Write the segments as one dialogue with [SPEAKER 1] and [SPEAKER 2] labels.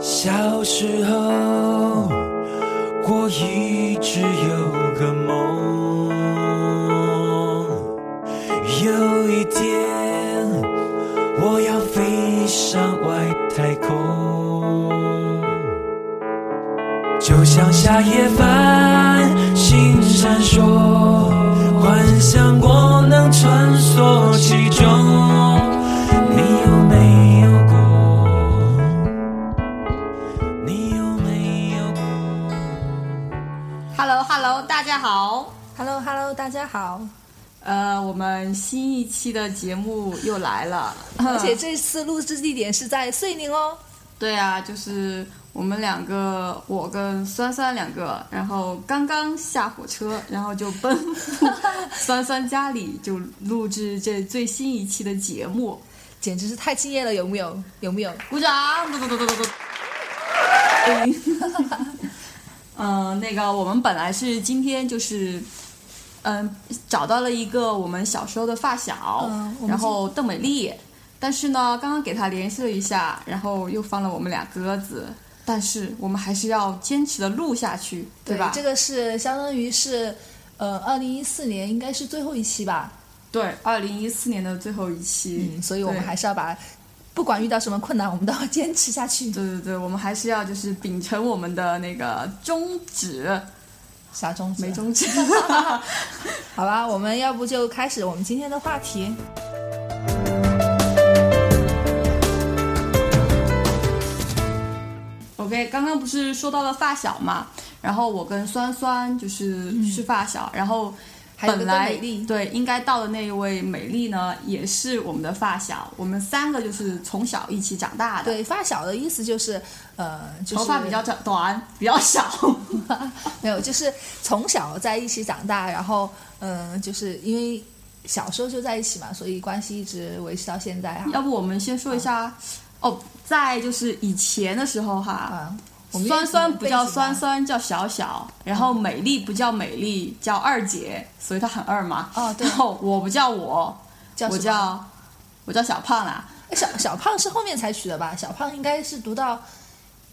[SPEAKER 1] 小时候，我一直有个梦，有一天我要飞上外太空，就像夏夜繁星闪烁，幻想我能穿梭其中。你有没有过？你有没有过？
[SPEAKER 2] h e l l o h e l l o 大家好。
[SPEAKER 3] Hello Hello，大家好。
[SPEAKER 2] 呃，我们新一期的节目又来了。
[SPEAKER 3] 而且这次录制地点是在遂宁哦。
[SPEAKER 2] 嗯 对啊，就是我们两个，我跟酸酸两个，然后刚刚下火车，然后就奔赴 酸酸家里，就录制这最新一期的节目。
[SPEAKER 3] 简直是太敬业了，有木有？有木有？
[SPEAKER 2] 鼓掌！嘟嘟嘟嘟嘟嘟。 嗯，那个我们本来是今天就是，嗯，找到了一个我们小时候的发小，
[SPEAKER 3] 嗯我们
[SPEAKER 2] 然后邓美丽，但是呢，刚刚给她联系了一下，然后又放了我们俩鸽子，但是我们还是要坚持的录下去，吧？
[SPEAKER 3] 这个是相当于是，呃，二零一四年应该是最后一期吧。
[SPEAKER 2] 对，二零一四年的最后一期，
[SPEAKER 3] 嗯，所以我们
[SPEAKER 2] 对
[SPEAKER 3] 还是要把，不管遇到什么困难，我们都要坚持下去。
[SPEAKER 2] 对对对，我们还是要就是秉承我们的那个宗旨，
[SPEAKER 3] 啥宗旨
[SPEAKER 2] 没？宗 旨。
[SPEAKER 3] 好吧，我们要不就开始我们今天的话题。
[SPEAKER 2] OK，刚刚不是说到了发小嘛，然后我跟酸酸就是是发小，然后
[SPEAKER 3] 嗯还有一
[SPEAKER 2] 本
[SPEAKER 3] 个
[SPEAKER 2] 来
[SPEAKER 3] 美丽
[SPEAKER 2] 对应该到的那一位美丽呢，也是我们的发小，我们三个就是从小一起长大的，
[SPEAKER 3] 对，发小的意思就是，呃，就是
[SPEAKER 2] 头发比较短，短比较 少，
[SPEAKER 3] 没有，就是从小在一起长大，然后嗯、呃就是因为小时候就在一起嘛，所以关系一直维持到现在哈。
[SPEAKER 2] 要不我们先说一下，哦，在就是以前的时候哈，
[SPEAKER 3] 啊，我们
[SPEAKER 2] 酸酸不叫酸
[SPEAKER 3] 背景啊
[SPEAKER 2] 酸，叫小小，然后美丽不叫美丽，叫二姐，所以她很二嘛。
[SPEAKER 3] 哦对
[SPEAKER 2] 然后我不叫我，
[SPEAKER 3] 嘛叫什
[SPEAKER 2] 我
[SPEAKER 3] 么
[SPEAKER 2] 叫我叫小胖啦。
[SPEAKER 3] 哎小小胖是后面才取的吧？小胖应该是读到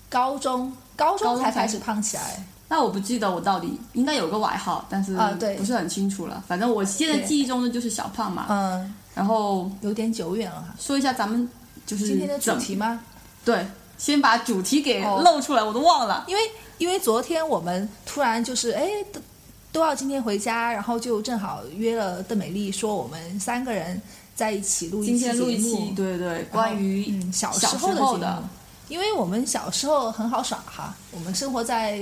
[SPEAKER 3] 高中，高
[SPEAKER 2] 高
[SPEAKER 3] 中
[SPEAKER 2] 中
[SPEAKER 3] 才
[SPEAKER 2] 才
[SPEAKER 3] 开始胖起来。
[SPEAKER 2] 那我不记得我到底应该有个外号，但是
[SPEAKER 3] 啊对
[SPEAKER 2] 不是很清楚了。反正我现在
[SPEAKER 3] 对
[SPEAKER 2] 记忆中的就是小胖嘛。
[SPEAKER 3] 嗯，
[SPEAKER 2] 然后
[SPEAKER 3] 有点久远了哈。
[SPEAKER 2] 说一下咱们就是
[SPEAKER 3] 今天的主
[SPEAKER 2] 怎
[SPEAKER 3] 题吗？
[SPEAKER 2] 对，先把主题给
[SPEAKER 3] 哦
[SPEAKER 2] 露出来，我都忘了。
[SPEAKER 3] 因为因为昨天我们突然就是哎都都要今天回家，然后就正好约了邓美丽，说我们三个人在一起录一
[SPEAKER 2] 今
[SPEAKER 3] 期
[SPEAKER 2] 天录一
[SPEAKER 3] 节目
[SPEAKER 2] 期，对对，关于
[SPEAKER 3] 嗯小
[SPEAKER 2] 时
[SPEAKER 3] 时候的
[SPEAKER 2] 候
[SPEAKER 3] 节目因为我们小时候很好耍哈，我们生活在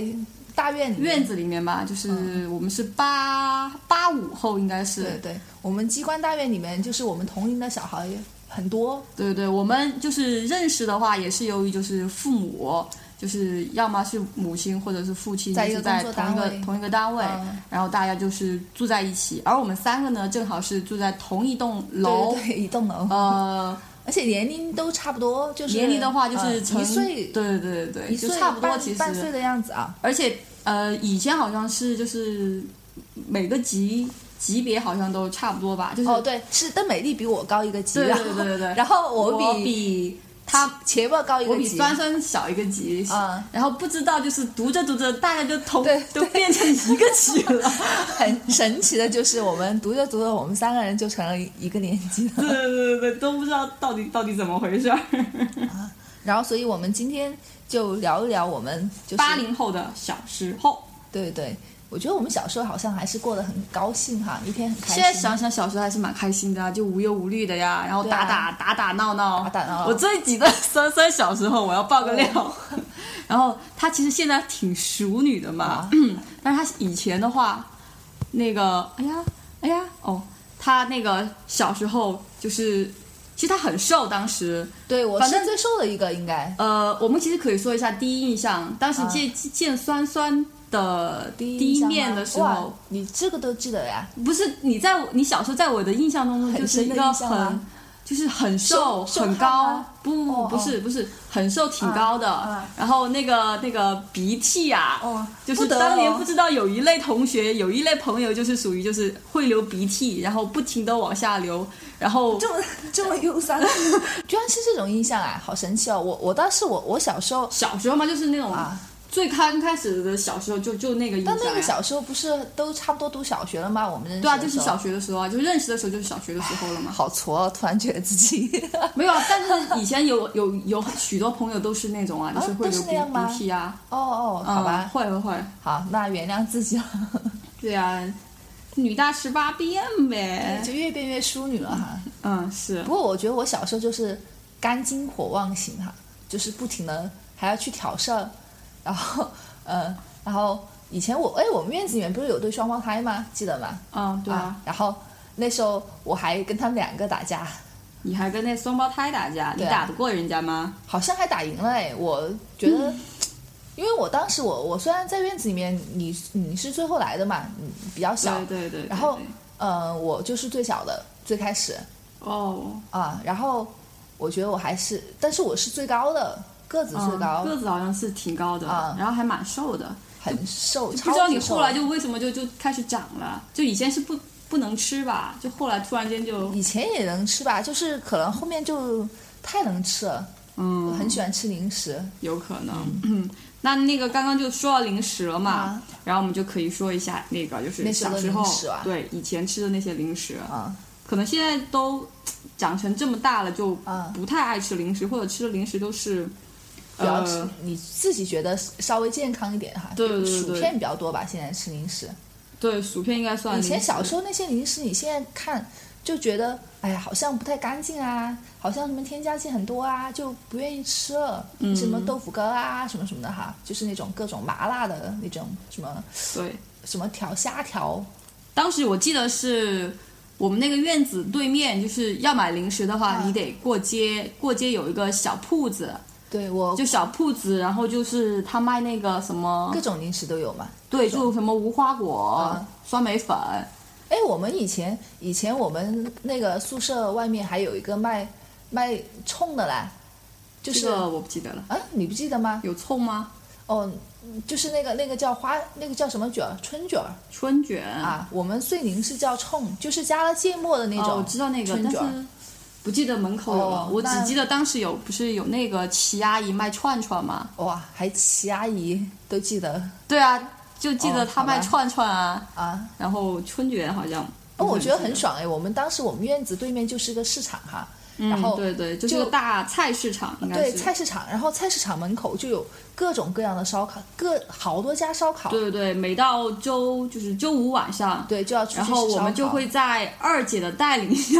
[SPEAKER 3] 大院里面
[SPEAKER 2] 院子里面吧，就是我们是八八五后，应该是
[SPEAKER 3] 嗯对对，我们机关大院里面就是我们同龄的小孩很多，
[SPEAKER 2] 对对对，我们就是认识的话，也是由于就是父母，就是要么是母亲或者是父亲，
[SPEAKER 3] 在一
[SPEAKER 2] 就
[SPEAKER 3] 个
[SPEAKER 2] 是在
[SPEAKER 3] 工作
[SPEAKER 2] 同一个
[SPEAKER 3] 单位
[SPEAKER 2] 同一个单位，
[SPEAKER 3] 嗯
[SPEAKER 2] 然后大家就是住在一起，而我们三个呢，正好是住在同一栋楼，
[SPEAKER 3] 对对对，一栋楼，
[SPEAKER 2] 呃，
[SPEAKER 3] 而且年龄都差不多， 就是
[SPEAKER 2] 年龄的话就
[SPEAKER 3] 呃
[SPEAKER 2] 是成、
[SPEAKER 3] 一岁，
[SPEAKER 2] 对对对对，
[SPEAKER 3] 一
[SPEAKER 2] 就
[SPEAKER 3] 岁
[SPEAKER 2] 差不多
[SPEAKER 3] 半
[SPEAKER 2] 其实，
[SPEAKER 3] 半岁的样子啊，
[SPEAKER 2] 而且呃，以前好像是就是每个级级别好像都差不多吧，就是、
[SPEAKER 3] 哦对，是邓美丽比我高一个级，
[SPEAKER 2] 对
[SPEAKER 3] 然后
[SPEAKER 2] 嗯对对对对
[SPEAKER 3] 然后
[SPEAKER 2] 我
[SPEAKER 3] 比
[SPEAKER 2] 比他
[SPEAKER 3] 前面高一
[SPEAKER 2] 我
[SPEAKER 3] 个
[SPEAKER 2] 比
[SPEAKER 3] 级，
[SPEAKER 2] 酸酸小一个级，
[SPEAKER 3] 嗯
[SPEAKER 2] 然后不知道就是读着读着，大家就同
[SPEAKER 3] 对
[SPEAKER 2] 都变成一个级了。
[SPEAKER 3] 很神奇的就是我们读着读着，我们三个人就成了一个年级了。
[SPEAKER 2] 对对对对，都不知道到底到底怎么回事儿。
[SPEAKER 3] 然后，所以我们今天就聊一聊我们就是
[SPEAKER 2] 八零后的小时候，
[SPEAKER 3] 对对，我觉得我们小时候好像还是过得很高兴哈，一天很开
[SPEAKER 2] 现
[SPEAKER 3] 心。
[SPEAKER 2] 在想想小时候还是蛮开心的啊，就无忧无虑的呀，然后
[SPEAKER 3] 对啊
[SPEAKER 2] 打打、打打闹闹。
[SPEAKER 3] 打打闹闹哦
[SPEAKER 2] 我最记得酸酸小时候，我要爆个料。 然后她其实现在挺淑女的嘛，
[SPEAKER 3] 啊
[SPEAKER 2] 但是她以前的话，那个哎呀哎呀哦，她那个小时候就是。其实她很瘦，当时，
[SPEAKER 3] 对我
[SPEAKER 2] 反
[SPEAKER 3] 是
[SPEAKER 2] 正
[SPEAKER 3] 最瘦的一个，应该
[SPEAKER 2] 呃，我们其实可以说一下第一印象。当时见、见酸酸的第
[SPEAKER 3] 啊印
[SPEAKER 2] 一
[SPEAKER 3] 象吗啊
[SPEAKER 2] 面的时
[SPEAKER 3] 哇
[SPEAKER 2] 候，，
[SPEAKER 3] 你这个都记得呀？
[SPEAKER 2] 不是你在我你小时候在我的印象当中
[SPEAKER 3] 很
[SPEAKER 2] 就是一
[SPEAKER 3] 深的
[SPEAKER 2] 个
[SPEAKER 3] 印象啊
[SPEAKER 2] 很就就是很瘦
[SPEAKER 3] 瘦
[SPEAKER 2] 很
[SPEAKER 3] 瘦汉
[SPEAKER 2] 高
[SPEAKER 3] 吗，
[SPEAKER 2] 不
[SPEAKER 3] 哦
[SPEAKER 2] 不是不是很瘦挺高的，
[SPEAKER 3] 啊啊
[SPEAKER 2] 然后那个那个鼻涕啊，
[SPEAKER 3] 哦
[SPEAKER 2] 就是
[SPEAKER 3] 不得
[SPEAKER 2] 当年
[SPEAKER 3] 哦
[SPEAKER 2] 不知道有一类同学有一类朋友就是属于就是会流鼻涕，然后不停的往下流，然后
[SPEAKER 3] 这么这么忧伤， 居然是这种印象啊，好神奇哦！我我倒是我我小时候
[SPEAKER 2] 小时候嘛就是那种
[SPEAKER 3] 啊，
[SPEAKER 2] 最刚开始的小时候就就那个印象
[SPEAKER 3] 但
[SPEAKER 2] 呀、
[SPEAKER 3] 那个小时候不是都差不多读小学了吗？我们认识
[SPEAKER 2] 啊对啊，
[SPEAKER 3] 的
[SPEAKER 2] 就是
[SPEAKER 3] 时候
[SPEAKER 2] 小学的时候啊，就认识的时候就是小学的时候了嘛。
[SPEAKER 3] 好挫哦，突然觉得 自己
[SPEAKER 2] 没有，啊，但是以前有 有有许多朋友都是那种啊，就是会流
[SPEAKER 3] 都是
[SPEAKER 2] 鼻
[SPEAKER 3] 那样吗
[SPEAKER 2] 鼻涕啊，
[SPEAKER 3] 哦哦，
[SPEAKER 2] 嗯
[SPEAKER 3] 好吧，
[SPEAKER 2] 会会会，
[SPEAKER 3] 好，那原谅自己了，
[SPEAKER 2] 对啊，女大十八变呗，
[SPEAKER 3] 就越变越淑女了哈。
[SPEAKER 2] 嗯是
[SPEAKER 3] 不，过我觉得我小时候就是肝经火旺型哈，就是不停的还要去挑事儿，然后呃，然后以前我哎，我们院子里面不是有对双胞胎吗？记得吗？
[SPEAKER 2] 嗯对啊，
[SPEAKER 3] 然后那时候我还跟他们两个打架，
[SPEAKER 2] 你还跟那双胞胎打架，你
[SPEAKER 3] 对啊
[SPEAKER 2] 打得过人家吗？
[SPEAKER 3] 好像还打赢了哎，我觉得。
[SPEAKER 2] 嗯
[SPEAKER 3] 因为我当时我我虽然在院子里面，你你是最后来的嘛，你比较小，
[SPEAKER 2] 对对对对，
[SPEAKER 3] 然后
[SPEAKER 2] 对
[SPEAKER 3] 呃，我就是最小的，最开始
[SPEAKER 2] 哦，
[SPEAKER 3] 啊，然后我觉得我还是，但是我是最高的，个子最
[SPEAKER 2] 嗯
[SPEAKER 3] 高，
[SPEAKER 2] 个子好像是挺高的
[SPEAKER 3] 啊，
[SPEAKER 2] 然后还蛮瘦的，
[SPEAKER 3] 很瘦，
[SPEAKER 2] 不知道
[SPEAKER 3] 超级
[SPEAKER 2] 你
[SPEAKER 3] 瘦。啊
[SPEAKER 2] 后来就为什么就就开始长了，就以前是不不能吃吧，就后来突然间就
[SPEAKER 3] 以前也能吃吧，就是可能后面就太能吃了，
[SPEAKER 2] 嗯
[SPEAKER 3] 我很喜欢吃零食。
[SPEAKER 2] 有可能。嗯，那那个刚刚就说到零食了嘛，
[SPEAKER 3] 啊
[SPEAKER 2] 然后我们就可以说一下那个就是
[SPEAKER 3] 那时候
[SPEAKER 2] 小
[SPEAKER 3] 的
[SPEAKER 2] 时候
[SPEAKER 3] 零食啊
[SPEAKER 2] 对以前吃的那些零食，
[SPEAKER 3] 啊
[SPEAKER 2] 可能现在都嘖长成这么大了，就
[SPEAKER 3] 啊
[SPEAKER 2] 不太爱吃零食，或者吃的零食都是
[SPEAKER 3] 不要吃、
[SPEAKER 2] 呃
[SPEAKER 3] 你自己觉得稍微健康一点哈，
[SPEAKER 2] 对对对
[SPEAKER 3] 比如薯
[SPEAKER 2] 对
[SPEAKER 3] 片比较多吧。现在吃零食，
[SPEAKER 2] 对薯片应该算
[SPEAKER 3] 以前
[SPEAKER 2] 零食
[SPEAKER 3] 小时候那些零食，你现在看就觉得，哎呀，好像不太干净啊，好像什么添加剂很多啊，就不愿意吃了。
[SPEAKER 2] 嗯
[SPEAKER 3] 什么豆腐干啊，什么什么的哈，就是那种各种麻辣的那种什么
[SPEAKER 2] 对。
[SPEAKER 3] 什么条虾条，
[SPEAKER 2] 当时我记得是我们那个院子对面，就是要买零食的话，
[SPEAKER 3] 啊
[SPEAKER 2] 你得过街，过街有一个小铺子，
[SPEAKER 3] 对我
[SPEAKER 2] 就小铺子，然后就是他卖那个什么
[SPEAKER 3] 哦各种零食都有嘛。
[SPEAKER 2] 对，就什么无花果、
[SPEAKER 3] 啊
[SPEAKER 2] 酸梅粉，
[SPEAKER 3] 哎，我们以前以前我们那个宿舍外面还有一个卖卖冲的啦，就是、
[SPEAKER 2] 这个我不记得了。
[SPEAKER 3] 啊，你不记得吗？
[SPEAKER 2] 有葱吗？
[SPEAKER 3] 哦，就是那个那个叫花那个叫什么卷儿春卷儿
[SPEAKER 2] 春卷，
[SPEAKER 3] 啊，我们遂宁是叫冲，就是加了芥末的那
[SPEAKER 2] 哦
[SPEAKER 3] 种。
[SPEAKER 2] 我知道那个，
[SPEAKER 3] 春
[SPEAKER 2] 但
[SPEAKER 3] 卷儿
[SPEAKER 2] 是不记得门口有了。
[SPEAKER 3] 哦
[SPEAKER 2] 我只
[SPEAKER 3] 那
[SPEAKER 2] 记得当时有，不是有那个齐阿姨卖串串吗？
[SPEAKER 3] 哇，还齐阿姨都记得
[SPEAKER 2] 对啊，就记得
[SPEAKER 3] 哦
[SPEAKER 2] 她
[SPEAKER 3] 好吧
[SPEAKER 2] 卖串串啊，
[SPEAKER 3] 啊。
[SPEAKER 2] 然后春卷好像。
[SPEAKER 3] 哦，我觉得
[SPEAKER 2] 不是
[SPEAKER 3] 很
[SPEAKER 2] 记
[SPEAKER 3] 爽哎！我们当时我们院子对面就是个市场哈，
[SPEAKER 2] 嗯
[SPEAKER 3] 然后
[SPEAKER 2] 对对，就是
[SPEAKER 3] 就
[SPEAKER 2] 个大菜市场，应该
[SPEAKER 3] 对
[SPEAKER 2] 是。
[SPEAKER 3] 菜市场，然后菜市场门口就有各种各样的烧烤，各好多家烧烤，
[SPEAKER 2] 对对对，每到周就是周五晚上，
[SPEAKER 3] 对，就要出去
[SPEAKER 2] 然后
[SPEAKER 3] 吃
[SPEAKER 2] 我
[SPEAKER 3] 烧
[SPEAKER 2] 们就
[SPEAKER 3] 烤
[SPEAKER 2] 会在二姐的带领下，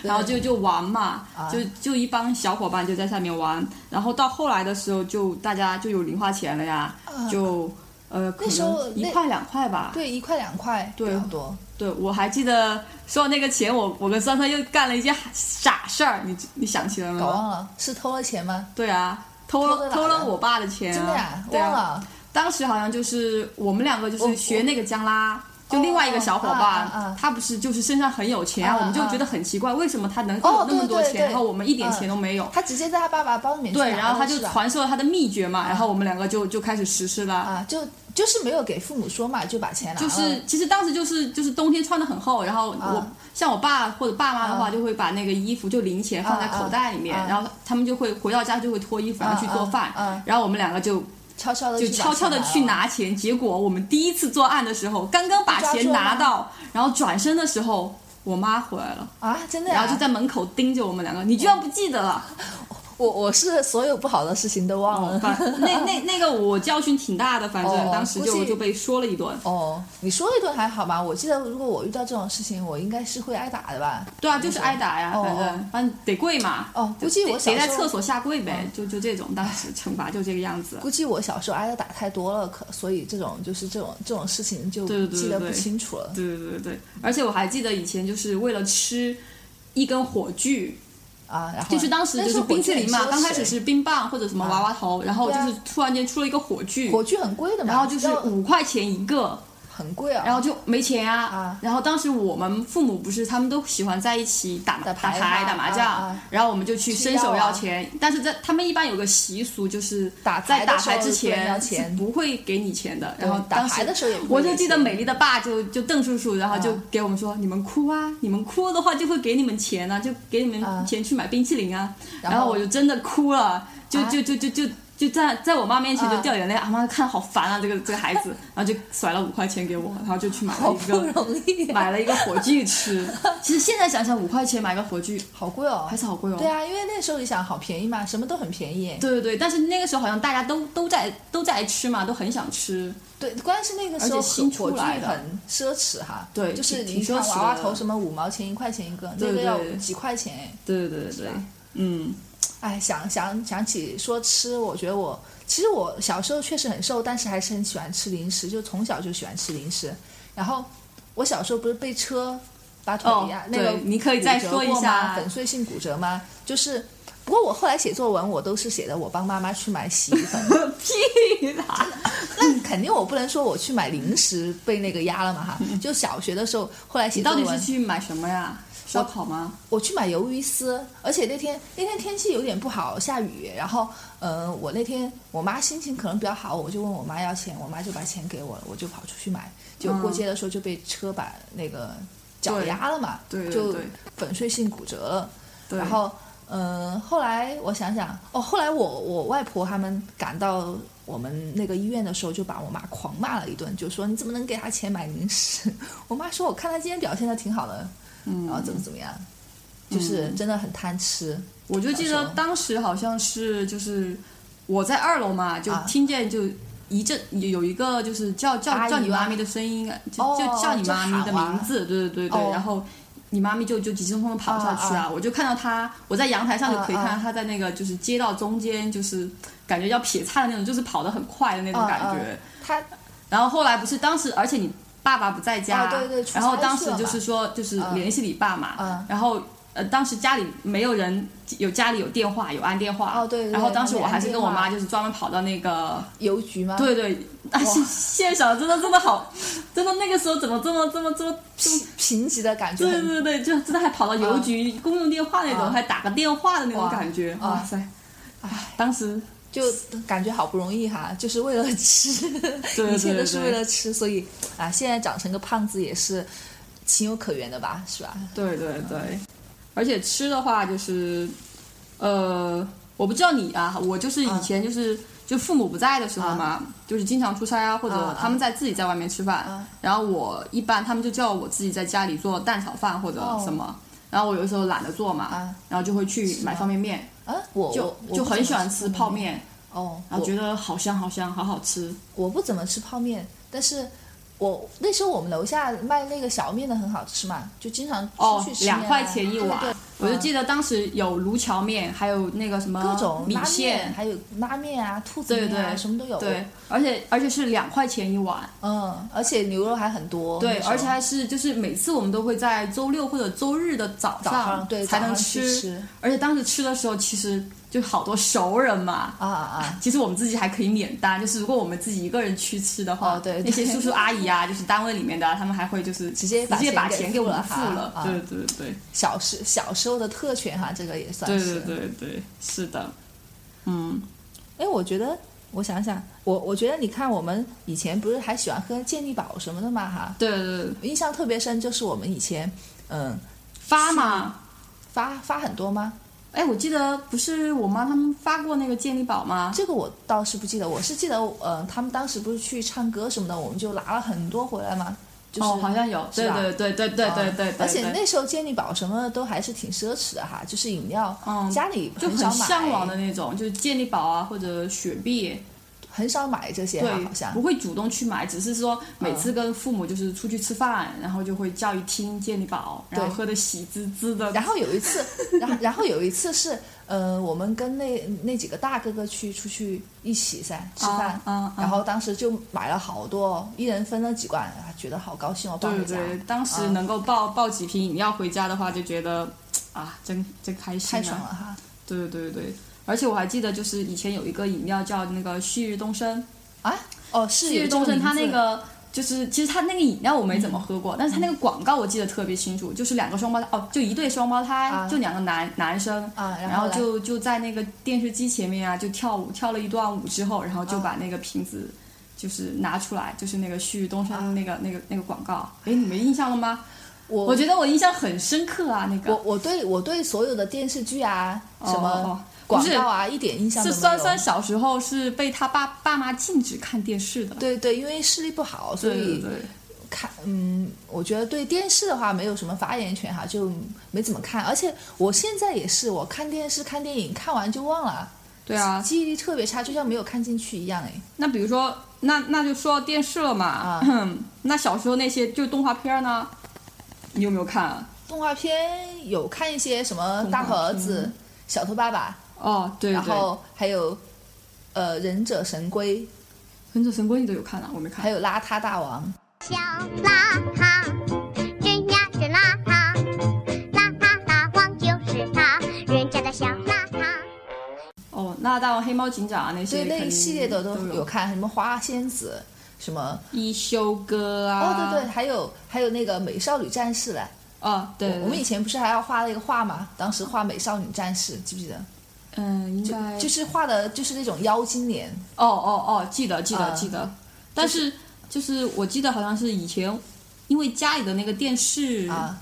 [SPEAKER 2] 然后就就玩嘛，
[SPEAKER 3] 啊
[SPEAKER 2] 就就一帮小伙伴就在下面玩，然后到后来的时候就大家就有零花钱了呀，就呃可
[SPEAKER 3] 嗯那时候
[SPEAKER 2] 能一
[SPEAKER 3] 那
[SPEAKER 2] 块两块吧。
[SPEAKER 3] 对一块两块比
[SPEAKER 2] 对
[SPEAKER 3] 较多，
[SPEAKER 2] 对，我还记得说到那个钱，我我跟酸酸又干了一件傻事儿，你你想起来了
[SPEAKER 3] 搞
[SPEAKER 2] 吗？
[SPEAKER 3] 忘了是偷了钱吗？
[SPEAKER 2] 对啊，偷
[SPEAKER 3] 偷
[SPEAKER 2] 了
[SPEAKER 3] 了
[SPEAKER 2] 偷
[SPEAKER 3] 哪
[SPEAKER 2] 了
[SPEAKER 3] 儿
[SPEAKER 2] 我爸的钱啊，
[SPEAKER 3] 真的呀，
[SPEAKER 2] 对
[SPEAKER 3] 忘
[SPEAKER 2] 啊，
[SPEAKER 3] 了
[SPEAKER 2] 当时好像就是我们两个就是学那个江拉，就另外一个小伙
[SPEAKER 3] 哦哦啊啊
[SPEAKER 2] 伴
[SPEAKER 3] 啊，
[SPEAKER 2] 他不是就是身上很有钱
[SPEAKER 3] 啊
[SPEAKER 2] 啊，
[SPEAKER 3] 啊
[SPEAKER 2] 我们就觉得很奇怪，为什么他能有
[SPEAKER 3] 哦
[SPEAKER 2] 那么多
[SPEAKER 3] 对对对嗯啊
[SPEAKER 2] 钱，然后我们一点钱都没有。
[SPEAKER 3] 他直接在他爸爸包里面去
[SPEAKER 2] 对，
[SPEAKER 3] 拿
[SPEAKER 2] 然后
[SPEAKER 3] 了
[SPEAKER 2] 他就是
[SPEAKER 3] 吧
[SPEAKER 2] 传授了他的秘诀
[SPEAKER 3] 嗯
[SPEAKER 2] 嘛，然后我们两个就就开始实施了。
[SPEAKER 3] 啊，就就是没有给父母说嘛，就把钱拿嗯
[SPEAKER 2] 就
[SPEAKER 3] 了，
[SPEAKER 2] 是其实当时就是就是冬天穿的很厚，然后我
[SPEAKER 3] 啊
[SPEAKER 2] 像我爸或者爸妈
[SPEAKER 3] 嗯
[SPEAKER 2] 的话，就会把那个衣服就零钱放在
[SPEAKER 3] 啊啊
[SPEAKER 2] 口袋里面，
[SPEAKER 3] 啊
[SPEAKER 2] 然后他们就会回到家就会脱衣服然后去做
[SPEAKER 3] 啊啊
[SPEAKER 2] 饭
[SPEAKER 3] 啊，
[SPEAKER 2] 然后我们两个就
[SPEAKER 3] 悄悄的
[SPEAKER 2] 就悄悄的去拿钱，结果我们第一次作案的时候，刚刚把钱拿到，然后转身的时候，我妈回来了，
[SPEAKER 3] 啊，真的呀，
[SPEAKER 2] 然后就在门口盯着我们两个，你居然不记得了？
[SPEAKER 3] 我我是所有不好的事情都忘了
[SPEAKER 2] 哦，反那那那个我教训挺大的，反正
[SPEAKER 3] 哦
[SPEAKER 2] 当时
[SPEAKER 3] 估
[SPEAKER 2] 就
[SPEAKER 3] 计
[SPEAKER 2] 就被说了一顿。
[SPEAKER 3] 哦，你说一顿还好吧？我记得如果我遇到这种事情，我应该是会挨打的吧？
[SPEAKER 2] 对啊，就是挨打呀，
[SPEAKER 3] 哦
[SPEAKER 2] 反正反正得跪嘛。
[SPEAKER 3] 哦
[SPEAKER 2] 就
[SPEAKER 3] 估计我
[SPEAKER 2] 得
[SPEAKER 3] 小
[SPEAKER 2] 得在
[SPEAKER 3] 时候
[SPEAKER 2] 厕所下跪呗，就就这种，当时惩罚就这个样子。
[SPEAKER 3] 估计我小时候挨的打太多了，可所以这种就是这种这种事情就
[SPEAKER 2] 对对对
[SPEAKER 3] 记得不
[SPEAKER 2] 对
[SPEAKER 3] 清楚了。
[SPEAKER 2] 对对对对，而且我还记得以前就是为了吃一根火炬，
[SPEAKER 3] 啊，然后
[SPEAKER 2] 就是当时
[SPEAKER 3] 那
[SPEAKER 2] 嗯就是
[SPEAKER 3] 候
[SPEAKER 2] 冰淇淋嘛，
[SPEAKER 3] 火炬
[SPEAKER 2] 刚
[SPEAKER 3] 很
[SPEAKER 2] 开始
[SPEAKER 3] 奢侈
[SPEAKER 2] 是冰棒或者什么娃娃头，然后
[SPEAKER 3] 对
[SPEAKER 2] 就
[SPEAKER 3] 啊
[SPEAKER 2] 是突然间出了一个火炬，
[SPEAKER 3] 火炬很贵的嘛，
[SPEAKER 2] 然后就是
[SPEAKER 3] 要
[SPEAKER 2] 五块钱一个，
[SPEAKER 3] 很贵啊。
[SPEAKER 2] 然后就没钱啊。
[SPEAKER 3] 啊
[SPEAKER 2] 然后当时我们父母不是他们都喜欢在一起打打
[SPEAKER 3] 打牌啊
[SPEAKER 2] 牌、打麻将，
[SPEAKER 3] 啊啊
[SPEAKER 2] 然后我们就去
[SPEAKER 3] 去
[SPEAKER 2] 伸
[SPEAKER 3] 要
[SPEAKER 2] 手
[SPEAKER 3] 啊
[SPEAKER 2] 要钱。但是在他们一般有个习俗，就是
[SPEAKER 3] 打牌
[SPEAKER 2] 在
[SPEAKER 3] 的
[SPEAKER 2] 打
[SPEAKER 3] 时
[SPEAKER 2] 牌之
[SPEAKER 3] 候不能要
[SPEAKER 2] 前是
[SPEAKER 3] 钱
[SPEAKER 2] 不会给你钱的。
[SPEAKER 3] 对
[SPEAKER 2] 然后
[SPEAKER 3] 打
[SPEAKER 2] 当时
[SPEAKER 3] 牌的时候也不会
[SPEAKER 2] 我
[SPEAKER 3] 给
[SPEAKER 2] 就记得
[SPEAKER 3] 钱
[SPEAKER 2] 美丽的爸就就邓叔叔，然后就
[SPEAKER 3] 啊
[SPEAKER 2] 给我们说：“你们哭啊，你们哭的话就会给你们钱啊，就给你
[SPEAKER 3] 啊
[SPEAKER 2] 们钱去买冰淇淋啊。”
[SPEAKER 3] 然
[SPEAKER 2] 然后
[SPEAKER 3] 后
[SPEAKER 2] 我就真的哭了，就
[SPEAKER 3] 啊
[SPEAKER 2] 就就就就就在在我妈面前就
[SPEAKER 3] 啊
[SPEAKER 2] 掉眼泪，啊妈看好烦啊，这个这个孩子，然后就甩了五块钱给我，然后就去买
[SPEAKER 3] 好
[SPEAKER 2] 了一
[SPEAKER 3] 不
[SPEAKER 2] 个
[SPEAKER 3] 容易、啊，
[SPEAKER 2] 买了一个火炬 吃。其实现在想想，五块钱买个火炬
[SPEAKER 3] 好贵哦
[SPEAKER 2] 还。是好贵哦。
[SPEAKER 3] 对啊，因为那时候你想，好便宜嘛，什么都很便宜。
[SPEAKER 2] 对对对，但是那个时候好像大家都都在都在吃嘛，都很想吃。
[SPEAKER 3] 对，关键是那个时
[SPEAKER 2] 而
[SPEAKER 3] 候
[SPEAKER 2] 且新出
[SPEAKER 3] 火炬
[SPEAKER 2] 来的
[SPEAKER 3] 很奢侈哈。
[SPEAKER 2] 对
[SPEAKER 3] 就是
[SPEAKER 2] 挺
[SPEAKER 3] 你
[SPEAKER 2] 挺
[SPEAKER 3] 看
[SPEAKER 2] 奢侈
[SPEAKER 3] 娃娃
[SPEAKER 2] 的
[SPEAKER 3] 头什么五毛钱、一块钱一个，
[SPEAKER 2] 对
[SPEAKER 3] 那个要
[SPEAKER 2] 对
[SPEAKER 3] 几块钱哎。
[SPEAKER 2] 对对对对
[SPEAKER 3] 吧，
[SPEAKER 2] 嗯，
[SPEAKER 3] 哎，想想想起说吃，我觉得我其实我小时候确实很瘦，但是还是很喜欢吃零食，就从小就喜欢吃零食。然后我小时候不是被车把腿
[SPEAKER 2] 哦
[SPEAKER 3] 呀、那
[SPEAKER 2] 对
[SPEAKER 3] 个
[SPEAKER 2] 你可以再
[SPEAKER 3] 骨折
[SPEAKER 2] 说一
[SPEAKER 3] 过
[SPEAKER 2] 下
[SPEAKER 3] 吗粉碎性骨折吗？就是。不过我后来写作文，我都是写的我帮妈妈去买洗衣粉，
[SPEAKER 2] 屁啦，
[SPEAKER 3] 那肯定我不能说我去买零食被那个压了嘛哈。就小学的时候，后来
[SPEAKER 2] 嗯
[SPEAKER 3] 写
[SPEAKER 2] 你
[SPEAKER 3] 作
[SPEAKER 2] 到
[SPEAKER 3] 文，
[SPEAKER 2] 底是去买什么呀？烧烤吗？
[SPEAKER 3] 我去买鱿鱼丝，而且那天那天天气有点不好，下雨。然后，呃，我那天我妈心情可能比较好，我就问我妈要钱，我妈就把钱给我了，我就跑出去买。就过街的时候就被车把那个脚
[SPEAKER 2] 对
[SPEAKER 3] 压了嘛，
[SPEAKER 2] 对对
[SPEAKER 3] 就
[SPEAKER 2] 对
[SPEAKER 3] 粉碎性骨折了。
[SPEAKER 2] 对，
[SPEAKER 3] 然后，嗯、后来我想想，哦，后来我我外婆他们赶到我们那个医院的时候，就把我妈狂骂了一顿，就说你怎么能给她钱买零食？ 我妈说我看她今天表现的挺好的，
[SPEAKER 2] 嗯
[SPEAKER 3] 然后怎么怎么样，就是真的很贪吃。
[SPEAKER 2] 我就记
[SPEAKER 3] 小时
[SPEAKER 2] 得
[SPEAKER 3] 候
[SPEAKER 2] 当时好像是就是我在二楼嘛，就
[SPEAKER 3] 啊
[SPEAKER 2] 听见就一阵有有一个就是叫
[SPEAKER 3] 阿
[SPEAKER 2] 叫
[SPEAKER 3] 姨
[SPEAKER 2] 叫你
[SPEAKER 3] 吗
[SPEAKER 2] 妈咪的声音，啊就
[SPEAKER 3] 哦
[SPEAKER 2] 就叫你妈咪的
[SPEAKER 3] 就喊啊
[SPEAKER 2] 名字，对对对
[SPEAKER 3] 哦
[SPEAKER 2] 对，然后。你妈咪就就急匆匆的跑下去
[SPEAKER 3] 啊
[SPEAKER 2] 啊！我就看到她，我在阳台上就可以看
[SPEAKER 3] 啊
[SPEAKER 2] 到她在那个就是街道中间，就是感觉要撇菜的那种，就是跑得很快的那种
[SPEAKER 3] 啊
[SPEAKER 2] 感
[SPEAKER 3] 啊
[SPEAKER 2] 觉。
[SPEAKER 3] 她
[SPEAKER 2] 然后后来不是当时，而且你爸爸不在家，
[SPEAKER 3] 啊对对出差
[SPEAKER 2] 然后当时
[SPEAKER 3] 去了嘛
[SPEAKER 2] 就是说就是
[SPEAKER 3] 嗯
[SPEAKER 2] 联系你爸嘛，
[SPEAKER 3] 嗯
[SPEAKER 2] 然后呃当时家里没有人，有家里有电话有按电话，
[SPEAKER 3] 哦对对对
[SPEAKER 2] 然后当时我还是跟我
[SPEAKER 3] 按
[SPEAKER 2] 妈
[SPEAKER 3] 电嗯
[SPEAKER 2] 就是专门跑到那个，
[SPEAKER 3] 邮局吗？，
[SPEAKER 2] 对对，啊现现场真的真的好，真的那个时候怎么这么这么这么。
[SPEAKER 3] 贫瘠的感觉
[SPEAKER 2] 对
[SPEAKER 3] 很
[SPEAKER 2] 对对，就真的还跑到邮局、公用电话那种，
[SPEAKER 3] 啊
[SPEAKER 2] 还打个电话的那种
[SPEAKER 3] 哇
[SPEAKER 2] 感觉，
[SPEAKER 3] 啊
[SPEAKER 2] 哇塞！
[SPEAKER 3] 唉
[SPEAKER 2] 当时
[SPEAKER 3] 就感觉好不容易哈，就是为了吃，
[SPEAKER 2] 对对
[SPEAKER 3] 一切都是
[SPEAKER 2] 对
[SPEAKER 3] 为了吃，所以啊，现在长成个胖子也是情有可原的吧，是吧？
[SPEAKER 2] 对对对，而且吃的话就是，呃，我不知道你啊，我就是以前就是、就父母不在的时候嘛，就是经常出差啊，或
[SPEAKER 3] 啊
[SPEAKER 2] 者他们在自己在外面吃饭，
[SPEAKER 3] 啊
[SPEAKER 2] 然后我一般他们就叫我自己在家里做蛋炒饭或者
[SPEAKER 3] 哦
[SPEAKER 2] 什么。然后我有的时候懒得做嘛，
[SPEAKER 3] 啊
[SPEAKER 2] 然后就会去买方便面，
[SPEAKER 3] 啊，我
[SPEAKER 2] 就
[SPEAKER 3] 我我
[SPEAKER 2] 就
[SPEAKER 3] 不
[SPEAKER 2] 很
[SPEAKER 3] 怎
[SPEAKER 2] 喜
[SPEAKER 3] 么
[SPEAKER 2] 欢吃泡面，
[SPEAKER 3] 哦，
[SPEAKER 2] 然后
[SPEAKER 3] 我
[SPEAKER 2] 觉得好香好香，好好吃。
[SPEAKER 3] 我不怎么吃泡面，但是我那时候我们楼下卖那个小面的很好吃嘛，就经常
[SPEAKER 2] 哦
[SPEAKER 3] 出去，吃面啊、
[SPEAKER 2] 两块钱一碗
[SPEAKER 3] 对，
[SPEAKER 2] 我就
[SPEAKER 3] 嗯
[SPEAKER 2] 记得当时有卢桥面，还有那个什么
[SPEAKER 3] 各种
[SPEAKER 2] 米
[SPEAKER 3] 拉
[SPEAKER 2] 线
[SPEAKER 3] 面，，还有拉面啊、兔子
[SPEAKER 2] 对
[SPEAKER 3] 面啊，
[SPEAKER 2] 对
[SPEAKER 3] 什么都有。
[SPEAKER 2] 对，，而且而且是两块钱一碗，
[SPEAKER 3] 嗯，而且牛肉还很多。
[SPEAKER 2] 对，
[SPEAKER 3] 哦那时候
[SPEAKER 2] 而且还是就是每次我们都会在周六或者周日的早
[SPEAKER 3] 早上对
[SPEAKER 2] 才
[SPEAKER 3] 早
[SPEAKER 2] 能
[SPEAKER 3] 上去
[SPEAKER 2] 吃，
[SPEAKER 3] 吃
[SPEAKER 2] 而且当时吃的时候其实就好多熟人嘛。
[SPEAKER 3] 啊啊
[SPEAKER 2] 其实我们自己还可以免单，就是如果我们自己一个人去吃的话，
[SPEAKER 3] 哦对
[SPEAKER 2] 那些
[SPEAKER 3] 对
[SPEAKER 2] 叔叔阿姨啊，就是单位里面的啊，他们还会就是
[SPEAKER 3] 直接把
[SPEAKER 2] 直接把
[SPEAKER 3] 钱给
[SPEAKER 2] 钱给
[SPEAKER 3] 付
[SPEAKER 2] 我
[SPEAKER 3] 了
[SPEAKER 2] 们付
[SPEAKER 3] 哈
[SPEAKER 2] 了，
[SPEAKER 3] 啊
[SPEAKER 2] 对对对
[SPEAKER 3] 小时小时候的特权哈，这个也算
[SPEAKER 2] 对
[SPEAKER 3] 是。
[SPEAKER 2] 对对对，是的，嗯，
[SPEAKER 3] 哎，我觉得，我想想，我我觉得，你看我们以前不是还喜欢喝健力宝什么的嘛哈，
[SPEAKER 2] 对对对，
[SPEAKER 3] 印象特别深，就是我们以前嗯
[SPEAKER 2] 发嘛，
[SPEAKER 3] 发发很多吗？
[SPEAKER 2] 哎，我记得不是我妈他们发过那个健力宝吗？
[SPEAKER 3] 这个我倒是不记得，我是记得呃，他们当时不是去唱歌什么的，我们就拿了很多回来嘛，就是。
[SPEAKER 2] 哦，好像有，
[SPEAKER 3] 是
[SPEAKER 2] 对
[SPEAKER 3] 吧
[SPEAKER 2] 对对对对对对对，
[SPEAKER 3] 而且
[SPEAKER 2] 对
[SPEAKER 3] 那时候健力宝什么的都还是挺奢侈的哈，就是饮料，
[SPEAKER 2] 嗯
[SPEAKER 3] 家里
[SPEAKER 2] 就
[SPEAKER 3] 少
[SPEAKER 2] 很
[SPEAKER 3] 买，
[SPEAKER 2] 向往的那种，就是健力宝啊或者雪碧，
[SPEAKER 3] 很少买这嗯些
[SPEAKER 2] 对
[SPEAKER 3] 哈，好，像
[SPEAKER 2] 不会主动去买，只是说每次跟父母就是出去吃饭，然后就会叫一听健力宝，然后
[SPEAKER 3] 对
[SPEAKER 2] 喝的喜滋滋的，
[SPEAKER 3] 然后有一次，然后然后有一次是，呃，我们跟那那几个大哥哥去出去一起噻吃
[SPEAKER 2] 啊
[SPEAKER 3] 饭，
[SPEAKER 2] 啊啊
[SPEAKER 3] 然后当时就买了好多，一人分了几罐，啊觉得好高兴哦，抱
[SPEAKER 2] 对
[SPEAKER 3] 回
[SPEAKER 2] 对
[SPEAKER 3] 家，
[SPEAKER 2] 对，当时
[SPEAKER 3] 啊
[SPEAKER 2] 能够抱抱几瓶饮料回家的话，就觉得啊，真真开心、
[SPEAKER 3] 太
[SPEAKER 2] 啊，
[SPEAKER 3] 爽了哈！
[SPEAKER 2] 对对对对，而且我还记得，就是以前有一个饮料叫那个旭日东升，
[SPEAKER 3] 啊，哦，是
[SPEAKER 2] 旭
[SPEAKER 3] 有
[SPEAKER 2] 日
[SPEAKER 3] 这
[SPEAKER 2] 东
[SPEAKER 3] 个
[SPEAKER 2] 升，它那
[SPEAKER 3] 名字
[SPEAKER 2] 个就是其实它那个饮料我没怎么喝过，但是它那
[SPEAKER 3] 嗯
[SPEAKER 2] 个广告我记得特别清楚，就是两个双胞胎哦，就一对双胞胎，
[SPEAKER 3] 啊
[SPEAKER 2] 就两个男男生，
[SPEAKER 3] 啊然
[SPEAKER 2] 然
[SPEAKER 3] 后嘞
[SPEAKER 2] 就就在那个电视机前面啊，就跳舞，跳了一段舞之后，然后就
[SPEAKER 3] 啊
[SPEAKER 2] 把那个瓶子。就是拿出来，就是那个旭日东升的那个、那个那个广告，哎，你没印象了吗？
[SPEAKER 3] 嗯我
[SPEAKER 2] 我觉得我印象很深刻啊，那
[SPEAKER 3] 我
[SPEAKER 2] 个
[SPEAKER 3] 我对我对所有的电视剧啊、
[SPEAKER 2] 哦
[SPEAKER 3] 什
[SPEAKER 2] 哦
[SPEAKER 3] 么
[SPEAKER 2] 哦
[SPEAKER 3] 广
[SPEAKER 2] 不是
[SPEAKER 3] 告啊一点印象都
[SPEAKER 2] 是
[SPEAKER 3] 没
[SPEAKER 2] 酸
[SPEAKER 3] 有。
[SPEAKER 2] 酸小时候是被他爸爸妈禁止看电视的，
[SPEAKER 3] 对对，因为视力不好，所
[SPEAKER 2] 对对
[SPEAKER 3] 以
[SPEAKER 2] 对，
[SPEAKER 3] 看嗯，我觉得对电视的话没有什么发言权哈，就没怎么看。而且我现在也是，我看电视、看电影看完就忘了，
[SPEAKER 2] 对啊，
[SPEAKER 3] 记忆力特别差，就像没有看进去一样哎。
[SPEAKER 2] 那比如说，那那就说到电视了嘛，
[SPEAKER 3] 啊
[SPEAKER 2] 那小时候那些就动画片儿呢，你有没有看、啊？
[SPEAKER 3] 动画片有看一些什么《
[SPEAKER 2] 动
[SPEAKER 3] 大
[SPEAKER 2] 画
[SPEAKER 3] 头儿
[SPEAKER 2] 片
[SPEAKER 3] 子》《小头爸爸
[SPEAKER 2] 哦，嗯对》，
[SPEAKER 3] 然
[SPEAKER 2] 对，《
[SPEAKER 3] 后还有呃《忍者神龟》，
[SPEAKER 2] 忍者神龟》你都有看啊？我没
[SPEAKER 3] 还
[SPEAKER 2] 看。
[SPEAKER 3] 有《邋遢大王》。
[SPEAKER 4] 小邋遢，真呀真邋遢，邋遢大王就是他，人家的小邋遢。
[SPEAKER 2] 哦，那大王、黑猫警长啊那
[SPEAKER 3] 所以
[SPEAKER 2] 些肯
[SPEAKER 3] 那
[SPEAKER 2] 定
[SPEAKER 3] 一系列的都
[SPEAKER 2] 都
[SPEAKER 3] 有看，什么花仙子，什么
[SPEAKER 2] 一休哥
[SPEAKER 3] 哦
[SPEAKER 2] 啊，
[SPEAKER 3] 对对，，还有还有那个美少女战士嘞。
[SPEAKER 2] 哦对，对
[SPEAKER 3] 我们以前不是还要画那个画吗？当时画美少女战士，记不记得？
[SPEAKER 2] 嗯应该
[SPEAKER 3] 就是画的就是那种妖精脸，
[SPEAKER 2] 哦哦哦，记得记得、
[SPEAKER 3] 啊
[SPEAKER 2] 记得，但是就是我记得好像是以前，因为家里的那个电视
[SPEAKER 3] 啊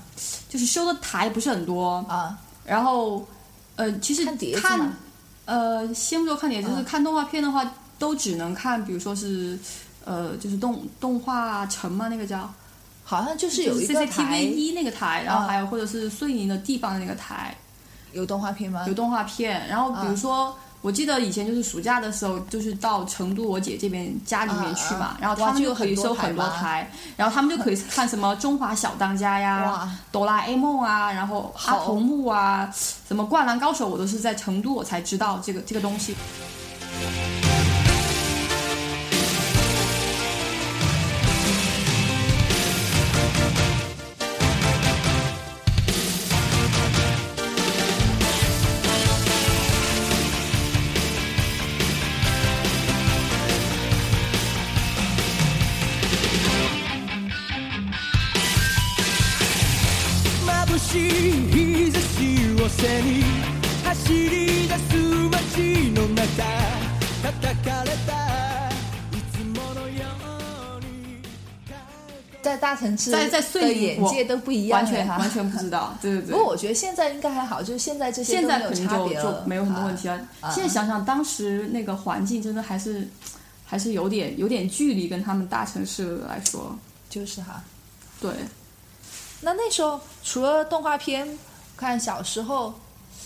[SPEAKER 2] 就是收的台不是很多，
[SPEAKER 3] 啊，
[SPEAKER 2] 然后，呃，其实
[SPEAKER 3] 看碟子嘛
[SPEAKER 2] 哦看，呃，先不说看碟子，就
[SPEAKER 3] 嗯
[SPEAKER 2] 是看动画片的话，都只能看，比如说是，呃，就是动动画城嘛，那个叫，
[SPEAKER 3] 好像就是有
[SPEAKER 2] 就
[SPEAKER 3] 一
[SPEAKER 2] 是
[SPEAKER 3] 个台
[SPEAKER 2] CCTV 一那个台，然后
[SPEAKER 3] 啊
[SPEAKER 2] 还有或者是遂宁的地方的那个台
[SPEAKER 3] 有动画片吗
[SPEAKER 2] 有？动画片，然后比如说。
[SPEAKER 3] 嗯
[SPEAKER 2] 我记得以前就是暑假的时候，就是到成都我姐这边家里面去嘛，
[SPEAKER 3] 啊啊
[SPEAKER 2] 然后
[SPEAKER 3] 哇
[SPEAKER 2] 他们
[SPEAKER 3] 就有
[SPEAKER 2] 可以
[SPEAKER 3] 很多
[SPEAKER 2] 收
[SPEAKER 3] 台
[SPEAKER 2] 很多
[SPEAKER 3] 吗
[SPEAKER 2] 台，然后他们就可以看什么《中华小当家》呀
[SPEAKER 3] 哇，
[SPEAKER 2] 哆啦 A 梦啊，然后阿童木啊，什么灌篮高手，我都是在成都我才知道这个这个东西。
[SPEAKER 1] 眩しい日差しを背に走り出す街の中叩かれたいつものように
[SPEAKER 3] 在大城市
[SPEAKER 2] 在在
[SPEAKER 3] 的
[SPEAKER 2] 遂宁
[SPEAKER 3] 眼
[SPEAKER 2] 我
[SPEAKER 3] 界都不一样
[SPEAKER 2] 完
[SPEAKER 3] 了
[SPEAKER 2] 全
[SPEAKER 3] 哈
[SPEAKER 2] 完全不知 道，对对
[SPEAKER 3] 不过
[SPEAKER 2] 对。
[SPEAKER 3] 我觉得现在应该还好，就是现在这些
[SPEAKER 2] 现
[SPEAKER 3] 都
[SPEAKER 2] 在
[SPEAKER 3] 没有
[SPEAKER 2] 肯定
[SPEAKER 3] 差
[SPEAKER 2] 就
[SPEAKER 3] 别
[SPEAKER 2] 就
[SPEAKER 3] 了，
[SPEAKER 2] 没有很多问题
[SPEAKER 3] 啊。
[SPEAKER 2] 了。现在想想，当时那个环境真的还是还是有点有点距离，跟他们大城市来说，
[SPEAKER 3] 就是哈。
[SPEAKER 2] 对。
[SPEAKER 3] 那那时候除了动画片，看小时候，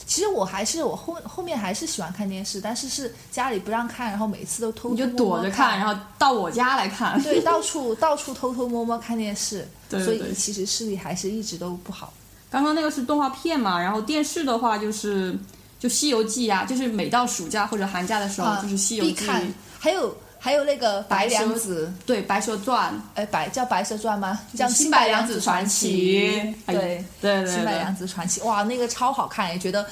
[SPEAKER 3] 其实我还是我后后面还是喜欢看电视，但是是家里不让看，然后每次都偷偷
[SPEAKER 2] 你就
[SPEAKER 3] 摸摸
[SPEAKER 2] 躲着看，
[SPEAKER 3] 看，
[SPEAKER 2] 然后到我家来看。
[SPEAKER 3] 对，到处到处偷偷摸摸看电视，
[SPEAKER 2] 对对
[SPEAKER 3] 所以
[SPEAKER 2] 对
[SPEAKER 3] 其实视力还是一直都不好。
[SPEAKER 2] 刚刚那个是动画片嘛，然后电视的话就是就《西游记》啊，就是每到暑假或者寒假的时候，
[SPEAKER 3] 啊，
[SPEAKER 2] 就是《西游
[SPEAKER 3] 必
[SPEAKER 2] 记》
[SPEAKER 3] 看，还有还有那个白娘子，
[SPEAKER 2] 对，《白蛇传》
[SPEAKER 3] 哎，白叫《白蛇传》吗？
[SPEAKER 2] 是
[SPEAKER 3] 叫《
[SPEAKER 2] 新
[SPEAKER 3] 新
[SPEAKER 2] 白
[SPEAKER 3] 白
[SPEAKER 2] 娘
[SPEAKER 3] 娘
[SPEAKER 2] 子
[SPEAKER 3] 子
[SPEAKER 2] 传
[SPEAKER 3] 传
[SPEAKER 2] 奇
[SPEAKER 3] 奇》
[SPEAKER 2] 哎
[SPEAKER 3] 对
[SPEAKER 2] 对对对
[SPEAKER 3] 新白 娘子传奇》哇，那个超好看，也觉得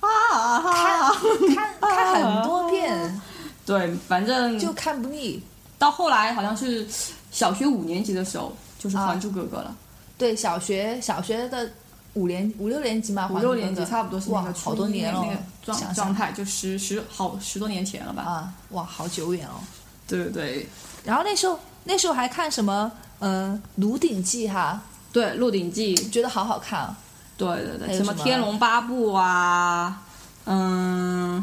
[SPEAKER 2] 啊
[SPEAKER 3] 看看看很多遍
[SPEAKER 2] 对，反正
[SPEAKER 3] 就看不腻。
[SPEAKER 2] 到后来好像是小学五年级的时候，就是《
[SPEAKER 3] 啊
[SPEAKER 2] 还珠格格》了，
[SPEAKER 3] 对，小学小学的五年五六年级嘛，
[SPEAKER 2] 五
[SPEAKER 3] 还是
[SPEAKER 2] 六
[SPEAKER 3] 多
[SPEAKER 2] 年级
[SPEAKER 3] 的
[SPEAKER 2] 差不多是那
[SPEAKER 3] 哇
[SPEAKER 2] 个，初
[SPEAKER 3] 好多
[SPEAKER 2] 一
[SPEAKER 3] 年了
[SPEAKER 2] 那个，
[SPEAKER 3] 想
[SPEAKER 2] 状
[SPEAKER 3] 想
[SPEAKER 2] 状态，就十十好十多年前了吧？
[SPEAKER 3] 啊，哇，好久远哦。
[SPEAKER 2] 对对对
[SPEAKER 3] 然后那时候那时候还看什么，嗯、呃，《鹿鼎记》哈，
[SPEAKER 2] 对，《鹿鼎记》
[SPEAKER 3] 觉得好好看、哦。
[SPEAKER 2] 对对
[SPEAKER 3] 还
[SPEAKER 2] 对，
[SPEAKER 3] 有
[SPEAKER 2] 什么
[SPEAKER 3] 什
[SPEAKER 2] 《
[SPEAKER 3] 么
[SPEAKER 2] 天龙八部》啊，嗯。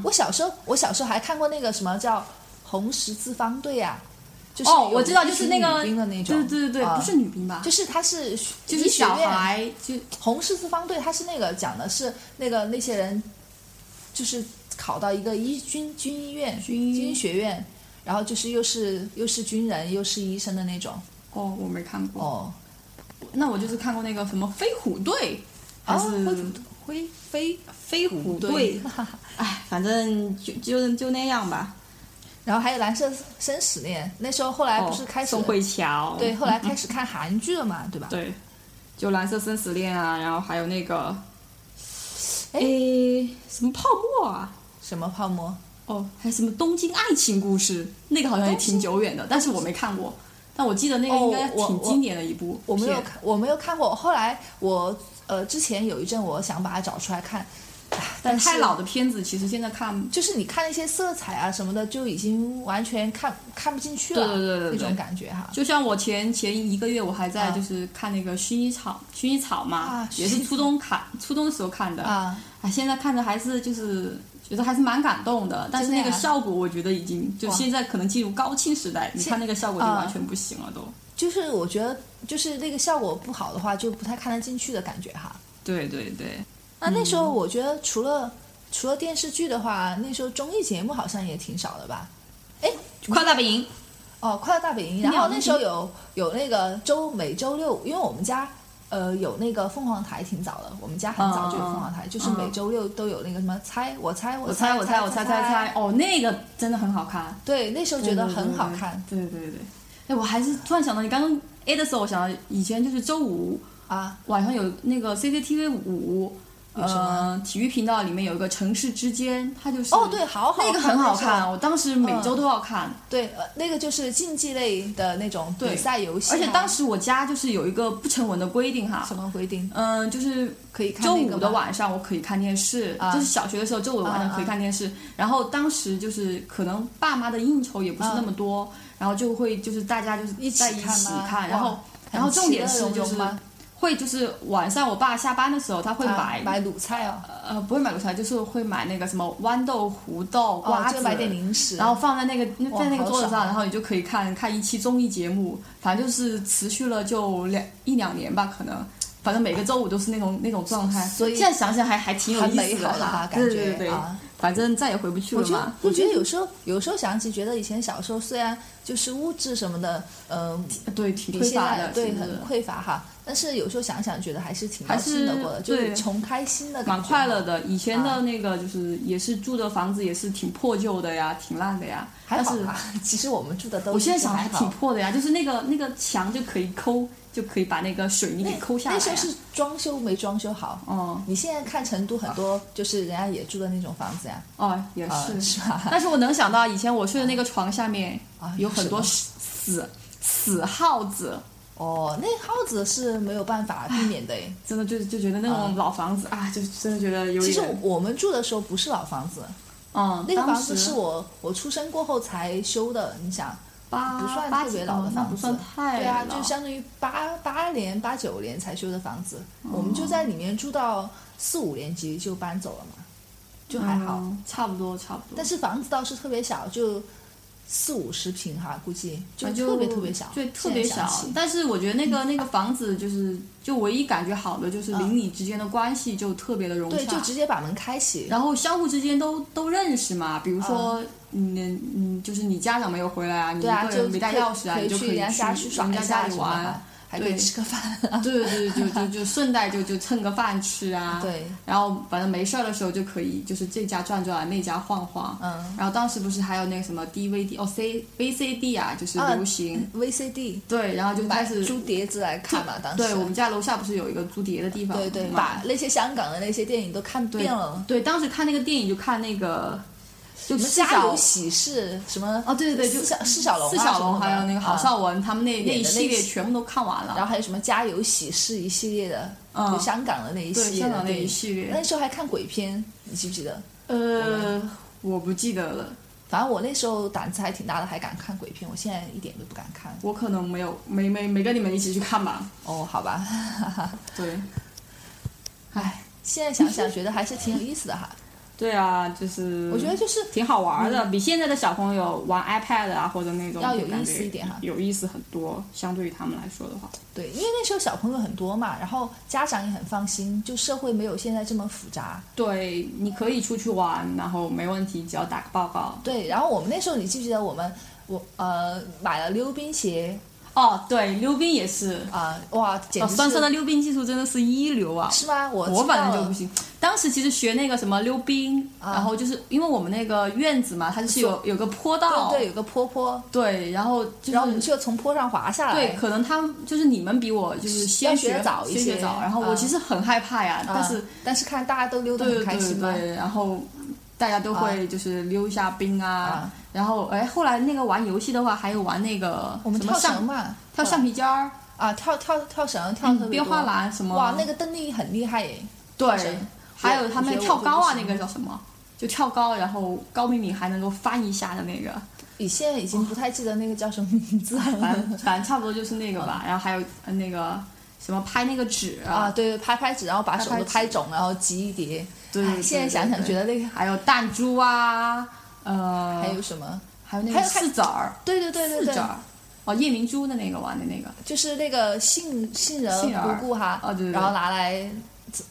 [SPEAKER 3] 我小时候我小时候还看过那个什么叫《红十字方队》啊，就是
[SPEAKER 2] 哦，
[SPEAKER 3] 有
[SPEAKER 2] 我知道，
[SPEAKER 3] 一
[SPEAKER 2] 就是
[SPEAKER 3] 群
[SPEAKER 2] 那个
[SPEAKER 3] 女兵的那种，
[SPEAKER 2] 对对对对，
[SPEAKER 3] 啊
[SPEAKER 2] 不是女兵吧？
[SPEAKER 3] 就是他是
[SPEAKER 2] 就
[SPEAKER 3] 医
[SPEAKER 2] 是
[SPEAKER 3] 学
[SPEAKER 2] 小
[SPEAKER 3] 院
[SPEAKER 2] 孩，就
[SPEAKER 3] 红十字方队，它是那个讲的是那个那些人，就是考到一个医军军医院
[SPEAKER 2] 军医
[SPEAKER 3] 学院，然后就是又是又是军人又是医生的那种
[SPEAKER 2] 哦，我没看过。
[SPEAKER 3] 哦，
[SPEAKER 2] 那我就是看过那个什么飞虎队，还
[SPEAKER 3] 啊
[SPEAKER 2] 是
[SPEAKER 3] 灰虎灰飞
[SPEAKER 2] 飞虎队
[SPEAKER 3] 对，，
[SPEAKER 2] 哎，反正就就就那样吧。
[SPEAKER 3] 然后还有蓝色生死恋，那时候后来不是
[SPEAKER 2] 哦
[SPEAKER 3] 开始、
[SPEAKER 2] 宋慧乔，
[SPEAKER 3] 对，后来开始看韩剧了嘛，对吧？
[SPEAKER 2] 对，就蓝色生死恋啊，然后还有那个，
[SPEAKER 3] 哎
[SPEAKER 2] 诶，什么泡沫啊？
[SPEAKER 3] 什么泡沫？
[SPEAKER 2] 哦，还有什么《东京爱情故事》，那个好像也挺久远的，但是我没看过。但我记得那个应该
[SPEAKER 3] 哦我
[SPEAKER 2] 挺经典的一部片，
[SPEAKER 3] 我没有看，我没有看过。后来我呃之前有一阵我想把它找出来看，唉
[SPEAKER 2] 但
[SPEAKER 3] 但是
[SPEAKER 2] 太老的片子其实现在看
[SPEAKER 3] 就是你看那些色彩啊什么的，就已经完全看看不进去了，
[SPEAKER 2] 对对对对对
[SPEAKER 3] 那种感觉哈。
[SPEAKER 2] 就像我前前一个月我还在
[SPEAKER 3] 啊
[SPEAKER 2] 就是看那个薰衣草，薰衣草嘛，
[SPEAKER 3] 啊
[SPEAKER 2] 也是
[SPEAKER 3] 薰衣
[SPEAKER 2] 初中看初中的时候看的
[SPEAKER 3] 啊，
[SPEAKER 2] 啊，现在看着还是就是觉得还是蛮感动的，但是
[SPEAKER 3] 真的
[SPEAKER 2] 那
[SPEAKER 3] 呀
[SPEAKER 2] 个效果我觉得已经就
[SPEAKER 3] 哇
[SPEAKER 2] 现在可能进入高清时代，你
[SPEAKER 3] 现
[SPEAKER 2] 看那个效果就
[SPEAKER 3] 啊
[SPEAKER 2] 完全不行了都。
[SPEAKER 3] 就是我觉得就是那个效果不好的话，就不太看得进去的感觉哈。
[SPEAKER 2] 对对对，
[SPEAKER 3] 那那时候
[SPEAKER 2] 嗯
[SPEAKER 3] 我觉得除了、除了电视剧的话，那时候综艺节目好像也挺少的吧。
[SPEAKER 2] 快乐大本营
[SPEAKER 3] 哦，《快乐大本营》，
[SPEAKER 2] 那
[SPEAKER 3] 然后
[SPEAKER 2] 好
[SPEAKER 3] 那
[SPEAKER 2] 像
[SPEAKER 3] 时候有有那个周每周六，因为我们家呃有那个凤凰台挺早的，我们家很早就有凤凰台，就是每周六都有那个什么猜我猜
[SPEAKER 2] 嗯我
[SPEAKER 3] 猜
[SPEAKER 2] 猜我
[SPEAKER 3] 猜
[SPEAKER 2] 猜我猜
[SPEAKER 3] 猜
[SPEAKER 2] 猜猜，哦，那个真的很好看，
[SPEAKER 3] 对，那时候觉得很好看
[SPEAKER 2] 对对对对，哎，我还是突然想到你刚刚 A 的时候，我想到以前就是周五
[SPEAKER 3] 啊，
[SPEAKER 2] 晚上有那个 CCTV 五，
[SPEAKER 3] 有什么
[SPEAKER 2] 呃，体育频道里面有一个《城市之间》，它就是哦
[SPEAKER 3] 哦对好好看
[SPEAKER 2] 那个很好
[SPEAKER 3] 那时
[SPEAKER 2] 看，嗯
[SPEAKER 3] 候
[SPEAKER 2] 我当时每周都要看，
[SPEAKER 3] 对，呃，那个就是竞技类的那种
[SPEAKER 2] 对
[SPEAKER 3] 比赛游戏啊，
[SPEAKER 2] 而且当时我家就是有一个不成文的规定哈
[SPEAKER 3] 什。么规定
[SPEAKER 2] 嗯，就是
[SPEAKER 3] 可以看
[SPEAKER 2] 周
[SPEAKER 3] 那个
[SPEAKER 2] 五的
[SPEAKER 3] 吗
[SPEAKER 2] 晚上我可以看电视，
[SPEAKER 3] 啊
[SPEAKER 2] 就是小学的时候周五的晚上可以看电视。然后当时就是可能爸妈的应酬也不是那么多，然后就会就是大家就是
[SPEAKER 3] 啊一起
[SPEAKER 2] 在一
[SPEAKER 3] 看
[SPEAKER 2] 起
[SPEAKER 3] 吗
[SPEAKER 2] 看，
[SPEAKER 3] 哇
[SPEAKER 2] 然后然后
[SPEAKER 3] 很
[SPEAKER 2] 重
[SPEAKER 3] 其
[SPEAKER 2] 点
[SPEAKER 3] 乐
[SPEAKER 2] 是
[SPEAKER 3] 融
[SPEAKER 2] 就
[SPEAKER 3] 融
[SPEAKER 2] 是
[SPEAKER 3] 吗
[SPEAKER 2] 会就是晚上我爸下班的时候他会
[SPEAKER 3] 啊
[SPEAKER 2] 买
[SPEAKER 3] 买卤菜哦，
[SPEAKER 2] 呃，不会买卤菜，就是会买那个什么豌豆、胡豆、瓜
[SPEAKER 3] 哦
[SPEAKER 2] 子，
[SPEAKER 3] 就买点零食，
[SPEAKER 2] 然后放在那个那
[SPEAKER 3] 哇
[SPEAKER 2] 在那个
[SPEAKER 3] 好
[SPEAKER 2] 桌子
[SPEAKER 3] 爽
[SPEAKER 2] 上，
[SPEAKER 3] 啊
[SPEAKER 2] 然后你就可以看看一期综艺节目，反正就是持续了就两一两年吧，可能。反正每个周五都是那种那种状态，
[SPEAKER 3] 所以
[SPEAKER 2] 现在想想还还挺有
[SPEAKER 3] 很
[SPEAKER 2] 意
[SPEAKER 3] 美
[SPEAKER 2] 思
[SPEAKER 3] 好的
[SPEAKER 2] 哈
[SPEAKER 3] 哈，
[SPEAKER 2] 对
[SPEAKER 3] 感
[SPEAKER 2] 对
[SPEAKER 3] 觉
[SPEAKER 2] 对对
[SPEAKER 3] 啊
[SPEAKER 2] 反正再也回不去
[SPEAKER 3] 我
[SPEAKER 2] 了
[SPEAKER 3] 觉得
[SPEAKER 2] 嘛。，
[SPEAKER 3] 我觉得有时候，有时候想起，觉得以前小时候虽然就是物质什么的，嗯、
[SPEAKER 2] 对挺
[SPEAKER 3] 比
[SPEAKER 2] 匮
[SPEAKER 3] 现
[SPEAKER 2] 乏
[SPEAKER 3] 在
[SPEAKER 2] 的，
[SPEAKER 3] 对
[SPEAKER 2] 其实
[SPEAKER 3] 很匮乏哈，但是有时候想想，觉得还是挺
[SPEAKER 2] 还
[SPEAKER 3] 高兴的
[SPEAKER 2] 是
[SPEAKER 3] 过的，就
[SPEAKER 2] 对
[SPEAKER 3] 是穷开心的感
[SPEAKER 2] 蛮
[SPEAKER 3] 觉，
[SPEAKER 2] 快乐。的。以前
[SPEAKER 3] 啊
[SPEAKER 2] 的那个就是也是住的房子也是挺破旧的呀，挺烂的呀，
[SPEAKER 3] 还
[SPEAKER 2] 但
[SPEAKER 3] 好
[SPEAKER 2] 是
[SPEAKER 3] 吧，其实我们住的都
[SPEAKER 2] 我现在
[SPEAKER 3] 一直
[SPEAKER 2] 想
[SPEAKER 3] 还
[SPEAKER 2] 还挺
[SPEAKER 3] 好。
[SPEAKER 2] 破的呀，就是那个那个墙就可以抠，就可以把那个水泥
[SPEAKER 3] 那
[SPEAKER 2] 给抠下来呀。
[SPEAKER 3] 那时候是装修没装修好。
[SPEAKER 2] 哦
[SPEAKER 3] 你现在看成都很多，就是人家也住的那种房子呀，
[SPEAKER 2] 哦，也
[SPEAKER 3] 啊
[SPEAKER 2] 是
[SPEAKER 3] 是吧
[SPEAKER 2] 但是我能想到以前我睡的那个床下面
[SPEAKER 3] 啊
[SPEAKER 2] 有很多
[SPEAKER 3] 有
[SPEAKER 2] 死死耗子，
[SPEAKER 3] 哦，那耗子是没有办法避免的诶。
[SPEAKER 2] 真的就就觉得那种老房子啊，就真的觉得有点。
[SPEAKER 3] 嗯其实我们住的时候不是老房子，
[SPEAKER 2] 嗯，
[SPEAKER 3] 那个
[SPEAKER 2] 当
[SPEAKER 3] 房子
[SPEAKER 2] 时
[SPEAKER 3] 是我我出生过后才修的，你想，
[SPEAKER 2] 八
[SPEAKER 3] 不算
[SPEAKER 2] 八
[SPEAKER 3] 特
[SPEAKER 2] 几
[SPEAKER 3] 别老的
[SPEAKER 2] 哦
[SPEAKER 3] 房子，
[SPEAKER 2] 那不算太
[SPEAKER 3] 对啊，
[SPEAKER 2] 老
[SPEAKER 3] 就相当于八八年、八九年才修的房子，
[SPEAKER 2] 嗯
[SPEAKER 3] 我们就在里面住到四五年级就搬走了嘛，就还好。
[SPEAKER 2] 嗯差不多差不多。
[SPEAKER 3] 但是房子倒是特别小，就四五十平哈，估计就
[SPEAKER 2] 啊
[SPEAKER 3] 特别特别小，
[SPEAKER 2] 对，特别
[SPEAKER 3] 现在
[SPEAKER 2] 小
[SPEAKER 3] 想起。嗯
[SPEAKER 2] 但是我觉得那个那个房子就是，就唯一感觉好的就是邻里之间的关系就特别的融洽，
[SPEAKER 3] 对，就直接把门开启，
[SPEAKER 2] 然后相互之间都都认识嘛。比如说，嗯嗯，就是你家长没有回来啊，你
[SPEAKER 3] 对啊，
[SPEAKER 2] 一个人
[SPEAKER 3] 就
[SPEAKER 2] 没带
[SPEAKER 3] 可以
[SPEAKER 2] 钥匙啊，
[SPEAKER 3] 可
[SPEAKER 2] 你
[SPEAKER 3] 以
[SPEAKER 2] 就可以
[SPEAKER 3] 去人家家去耍
[SPEAKER 2] 人
[SPEAKER 3] 一
[SPEAKER 2] 家
[SPEAKER 3] 下
[SPEAKER 2] 家里
[SPEAKER 3] 什么的
[SPEAKER 2] 玩
[SPEAKER 3] 哈。，还可以
[SPEAKER 2] 对
[SPEAKER 3] 吃个饭啊。
[SPEAKER 2] 对对对，就 就就顺带就就蹭个饭吃啊。
[SPEAKER 3] 对。
[SPEAKER 2] 然后反正没事儿的时候就可以，就是这家转转，那家晃晃。
[SPEAKER 3] 嗯。
[SPEAKER 2] 然后当时不是还有那个什么 DVD 哦 C VCD 啊，就是
[SPEAKER 3] 啊
[SPEAKER 2] 流行。
[SPEAKER 3] VCD
[SPEAKER 2] 对，然后就开
[SPEAKER 3] 买
[SPEAKER 2] 始
[SPEAKER 3] 租碟子来看嘛，当时
[SPEAKER 2] 对我们家楼下不是有一个租碟的地方嘛？
[SPEAKER 3] 对对，把那些香港的那些电影都看
[SPEAKER 2] 对
[SPEAKER 3] 遍了。
[SPEAKER 2] 对，当时看那个电影就看那个，就
[SPEAKER 3] 什么
[SPEAKER 2] 是
[SPEAKER 3] 家
[SPEAKER 2] 小
[SPEAKER 3] 有喜事，什么
[SPEAKER 2] 哦，对对对，就
[SPEAKER 3] 释小释小龙啊
[SPEAKER 2] 释
[SPEAKER 3] 什
[SPEAKER 2] 小
[SPEAKER 3] 么
[SPEAKER 2] 龙
[SPEAKER 3] 的
[SPEAKER 2] 还有那个郝
[SPEAKER 3] 啊
[SPEAKER 2] 邵文他们那那
[SPEAKER 3] 演
[SPEAKER 2] 一
[SPEAKER 3] 的那
[SPEAKER 2] 系列
[SPEAKER 3] 些
[SPEAKER 2] 全部都看完
[SPEAKER 3] 然
[SPEAKER 2] 了。
[SPEAKER 3] 后还有什么家有喜事一系列的，
[SPEAKER 2] 嗯
[SPEAKER 3] 就香港的那一系
[SPEAKER 2] 对，
[SPEAKER 3] 列
[SPEAKER 2] 香
[SPEAKER 3] 的
[SPEAKER 2] 港那
[SPEAKER 3] 电
[SPEAKER 2] 一
[SPEAKER 3] 影。
[SPEAKER 2] 系列，
[SPEAKER 3] 那时候还看鬼片，你记不记得？
[SPEAKER 2] 呃，我不记得了，
[SPEAKER 3] 反正我那时候胆子还挺大的，还敢看鬼片。我现在一点都不敢看。
[SPEAKER 2] 我可能没有没没没跟你们一起去看吧。
[SPEAKER 3] 哦，好吧，
[SPEAKER 2] 对，唉，
[SPEAKER 3] 现在想想觉得还是挺有意思 的哈。
[SPEAKER 2] 对啊，就是
[SPEAKER 3] 我觉得就是
[SPEAKER 2] 挺好玩的，比现在的小朋友玩 iPad 啊或者那种
[SPEAKER 3] 要
[SPEAKER 2] 就
[SPEAKER 3] 有
[SPEAKER 2] 感
[SPEAKER 3] 意
[SPEAKER 2] 觉
[SPEAKER 3] 思一点哈
[SPEAKER 2] 有意思很多，相对于他们来说的话。
[SPEAKER 3] 对，因为那时候小朋友很多嘛，然后家长也很放心，就社会没有现在这么复杂。
[SPEAKER 2] 对，你可以出去玩，然后没问题，只要打个报告。
[SPEAKER 3] 对，然后我们那时候你记不记得我们我呃买了溜冰鞋
[SPEAKER 2] 哦，对，溜冰也是，
[SPEAKER 3] 啊、哇，简
[SPEAKER 2] 哦，
[SPEAKER 3] 直是、
[SPEAKER 2] 酸酸的溜冰技术真的是一流啊！
[SPEAKER 3] 是吗？我
[SPEAKER 2] 我
[SPEAKER 3] 知
[SPEAKER 2] 反
[SPEAKER 3] 道
[SPEAKER 2] 正就
[SPEAKER 3] 了
[SPEAKER 2] 不行。当时其实学那个什么溜冰，
[SPEAKER 3] 啊
[SPEAKER 2] 然后就是因为我们那个院子嘛，它就是有有个坡道，
[SPEAKER 3] 对对，有个坡坡，
[SPEAKER 2] 对然后就是
[SPEAKER 3] 然后我们就从坡上滑下来。
[SPEAKER 2] 对，可能他们就是你们比我就是先
[SPEAKER 3] 要学得早一
[SPEAKER 2] 先
[SPEAKER 3] 些
[SPEAKER 2] 学早，然后我
[SPEAKER 3] 啊
[SPEAKER 2] 其实很害怕呀，
[SPEAKER 3] 啊
[SPEAKER 2] 但是
[SPEAKER 3] 但是看大家都溜得
[SPEAKER 2] 对
[SPEAKER 3] 很
[SPEAKER 2] 对
[SPEAKER 3] 开
[SPEAKER 2] 对
[SPEAKER 3] 心嘛，
[SPEAKER 2] 对，然后大家都会就是溜一下冰啊，
[SPEAKER 3] 啊
[SPEAKER 2] 然后哎，后来那个玩游戏的话，还有玩那个
[SPEAKER 3] 我们
[SPEAKER 2] 什么
[SPEAKER 3] 跳绳
[SPEAKER 2] 橡
[SPEAKER 3] 嘛，
[SPEAKER 2] 跳橡皮筋儿、
[SPEAKER 3] 啊，跳跳跳绳，跳得特别
[SPEAKER 2] 编嗯花
[SPEAKER 3] 多
[SPEAKER 2] 篮什么，
[SPEAKER 3] 哇，那个邓丽很厉害耶，跳
[SPEAKER 2] 对
[SPEAKER 3] 绳，
[SPEAKER 2] 还有他们
[SPEAKER 3] 我觉得
[SPEAKER 2] 跳
[SPEAKER 3] 我就
[SPEAKER 2] 高啊，
[SPEAKER 3] 不
[SPEAKER 2] 那
[SPEAKER 3] 行
[SPEAKER 2] 个叫什么？就跳高，然后高敏敏还能够翻一下的那 个，
[SPEAKER 3] 你现在已经不太记得那个叫什么名字
[SPEAKER 2] 反
[SPEAKER 3] 了
[SPEAKER 2] 正反正差不多就是那个吧。然后还有呃那个什么拍那个纸
[SPEAKER 3] 啊，，对对，拍拍纸，然后把手
[SPEAKER 2] 拍
[SPEAKER 3] 都
[SPEAKER 2] 纸
[SPEAKER 3] 拍肿，然后集一叠。
[SPEAKER 2] 对
[SPEAKER 3] 哎
[SPEAKER 2] 对
[SPEAKER 3] 现在
[SPEAKER 2] 对
[SPEAKER 3] 想想
[SPEAKER 2] 对
[SPEAKER 3] 觉得那个
[SPEAKER 2] 还有弹珠啊，呃，
[SPEAKER 3] 还有什么？
[SPEAKER 2] 还有那
[SPEAKER 3] 还
[SPEAKER 2] 个
[SPEAKER 3] 有还
[SPEAKER 2] 四子儿，
[SPEAKER 3] 对对对对
[SPEAKER 2] 四子
[SPEAKER 3] 对，
[SPEAKER 2] 儿，哦，夜明珠的那个玩的那个，
[SPEAKER 3] 就是那个杏杏
[SPEAKER 2] 杏
[SPEAKER 3] 仁
[SPEAKER 2] 仁
[SPEAKER 3] 糊糊哈，
[SPEAKER 2] 啊对对对
[SPEAKER 3] 然后拿来，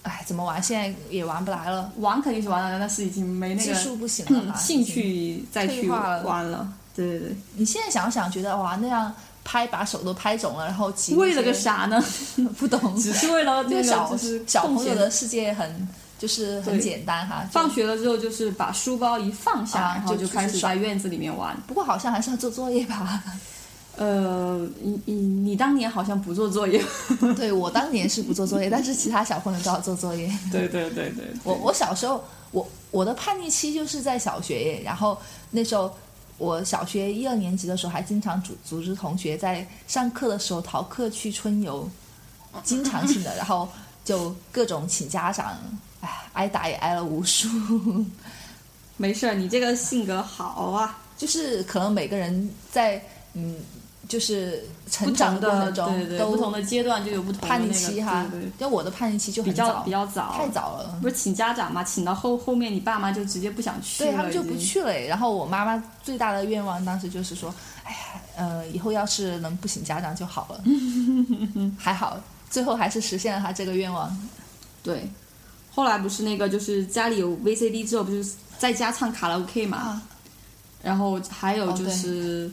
[SPEAKER 3] 哎，怎么玩？现在也玩不来了，
[SPEAKER 2] 玩肯定是玩了，但是已经没那
[SPEAKER 3] 技
[SPEAKER 2] 个
[SPEAKER 3] 术不行了
[SPEAKER 2] 嗯
[SPEAKER 3] 哈，
[SPEAKER 2] 兴
[SPEAKER 3] 已经。
[SPEAKER 2] 趣再
[SPEAKER 3] 退
[SPEAKER 2] 去
[SPEAKER 3] 化了
[SPEAKER 2] 玩了。对对
[SPEAKER 3] 你现在想想，觉得哇，那样拍把手都拍肿了，然后集
[SPEAKER 2] 对，为了
[SPEAKER 3] 那
[SPEAKER 2] 个
[SPEAKER 3] 些？
[SPEAKER 2] 啥呢？
[SPEAKER 3] 不懂，
[SPEAKER 2] 只 是为了
[SPEAKER 3] 这
[SPEAKER 2] 那
[SPEAKER 3] 个小
[SPEAKER 2] 就是
[SPEAKER 3] 小
[SPEAKER 2] 空
[SPEAKER 3] 朋友
[SPEAKER 2] 闲
[SPEAKER 3] 的世界很就是很
[SPEAKER 2] 对
[SPEAKER 3] 简单哈。就
[SPEAKER 2] 放学了之后就是把书包一放下，
[SPEAKER 3] 啊
[SPEAKER 2] 然后
[SPEAKER 3] 就
[SPEAKER 2] 就
[SPEAKER 3] 出去
[SPEAKER 2] 开始
[SPEAKER 3] 耍
[SPEAKER 2] 在院子里面玩。
[SPEAKER 3] 不过好像还是要做作业吧。
[SPEAKER 2] 呃，你你你当年好像不做作业，
[SPEAKER 3] 对我当年是不做作业，但是其他小朋友都要做作业。
[SPEAKER 2] 对对对对，
[SPEAKER 3] 我我小时候，我我的叛逆期就是在小学耶，然后那时候我小学一二年级的时候，还经常组组织同学在上课的时候逃课去春游，经常性的，然后就各种请家长，哎，挨打也挨了无数。
[SPEAKER 2] 没事儿，你这个性格好啊，
[SPEAKER 3] 就是可能每个人在嗯，就是
[SPEAKER 2] 不
[SPEAKER 3] 成长
[SPEAKER 2] 同
[SPEAKER 3] 过
[SPEAKER 2] 的
[SPEAKER 3] 程中
[SPEAKER 2] 对对
[SPEAKER 3] 都
[SPEAKER 2] 不同的阶段就有不同的
[SPEAKER 3] 叛逆
[SPEAKER 2] 那个
[SPEAKER 3] 期哈
[SPEAKER 2] 对对，
[SPEAKER 3] 就我的叛逆期就
[SPEAKER 2] 比
[SPEAKER 3] 很
[SPEAKER 2] 较比较早，
[SPEAKER 3] 太早了
[SPEAKER 2] 不。是请家长嘛，请到后后面你爸妈就直接不想去了，
[SPEAKER 3] 对他们就不
[SPEAKER 2] 已经。
[SPEAKER 3] 去了诶。然后我妈妈最大的愿望当时就是说，哎呀，呃，以后要是能不请家长就好了。 还好，最后还是实现了她这个愿望。
[SPEAKER 2] 对，后来不是那个就是家里有 VCD 之后，不是在家唱卡拉 OK 嘛，
[SPEAKER 3] 啊
[SPEAKER 2] 然后还有
[SPEAKER 3] 哦
[SPEAKER 2] 就
[SPEAKER 3] 对
[SPEAKER 2] 是、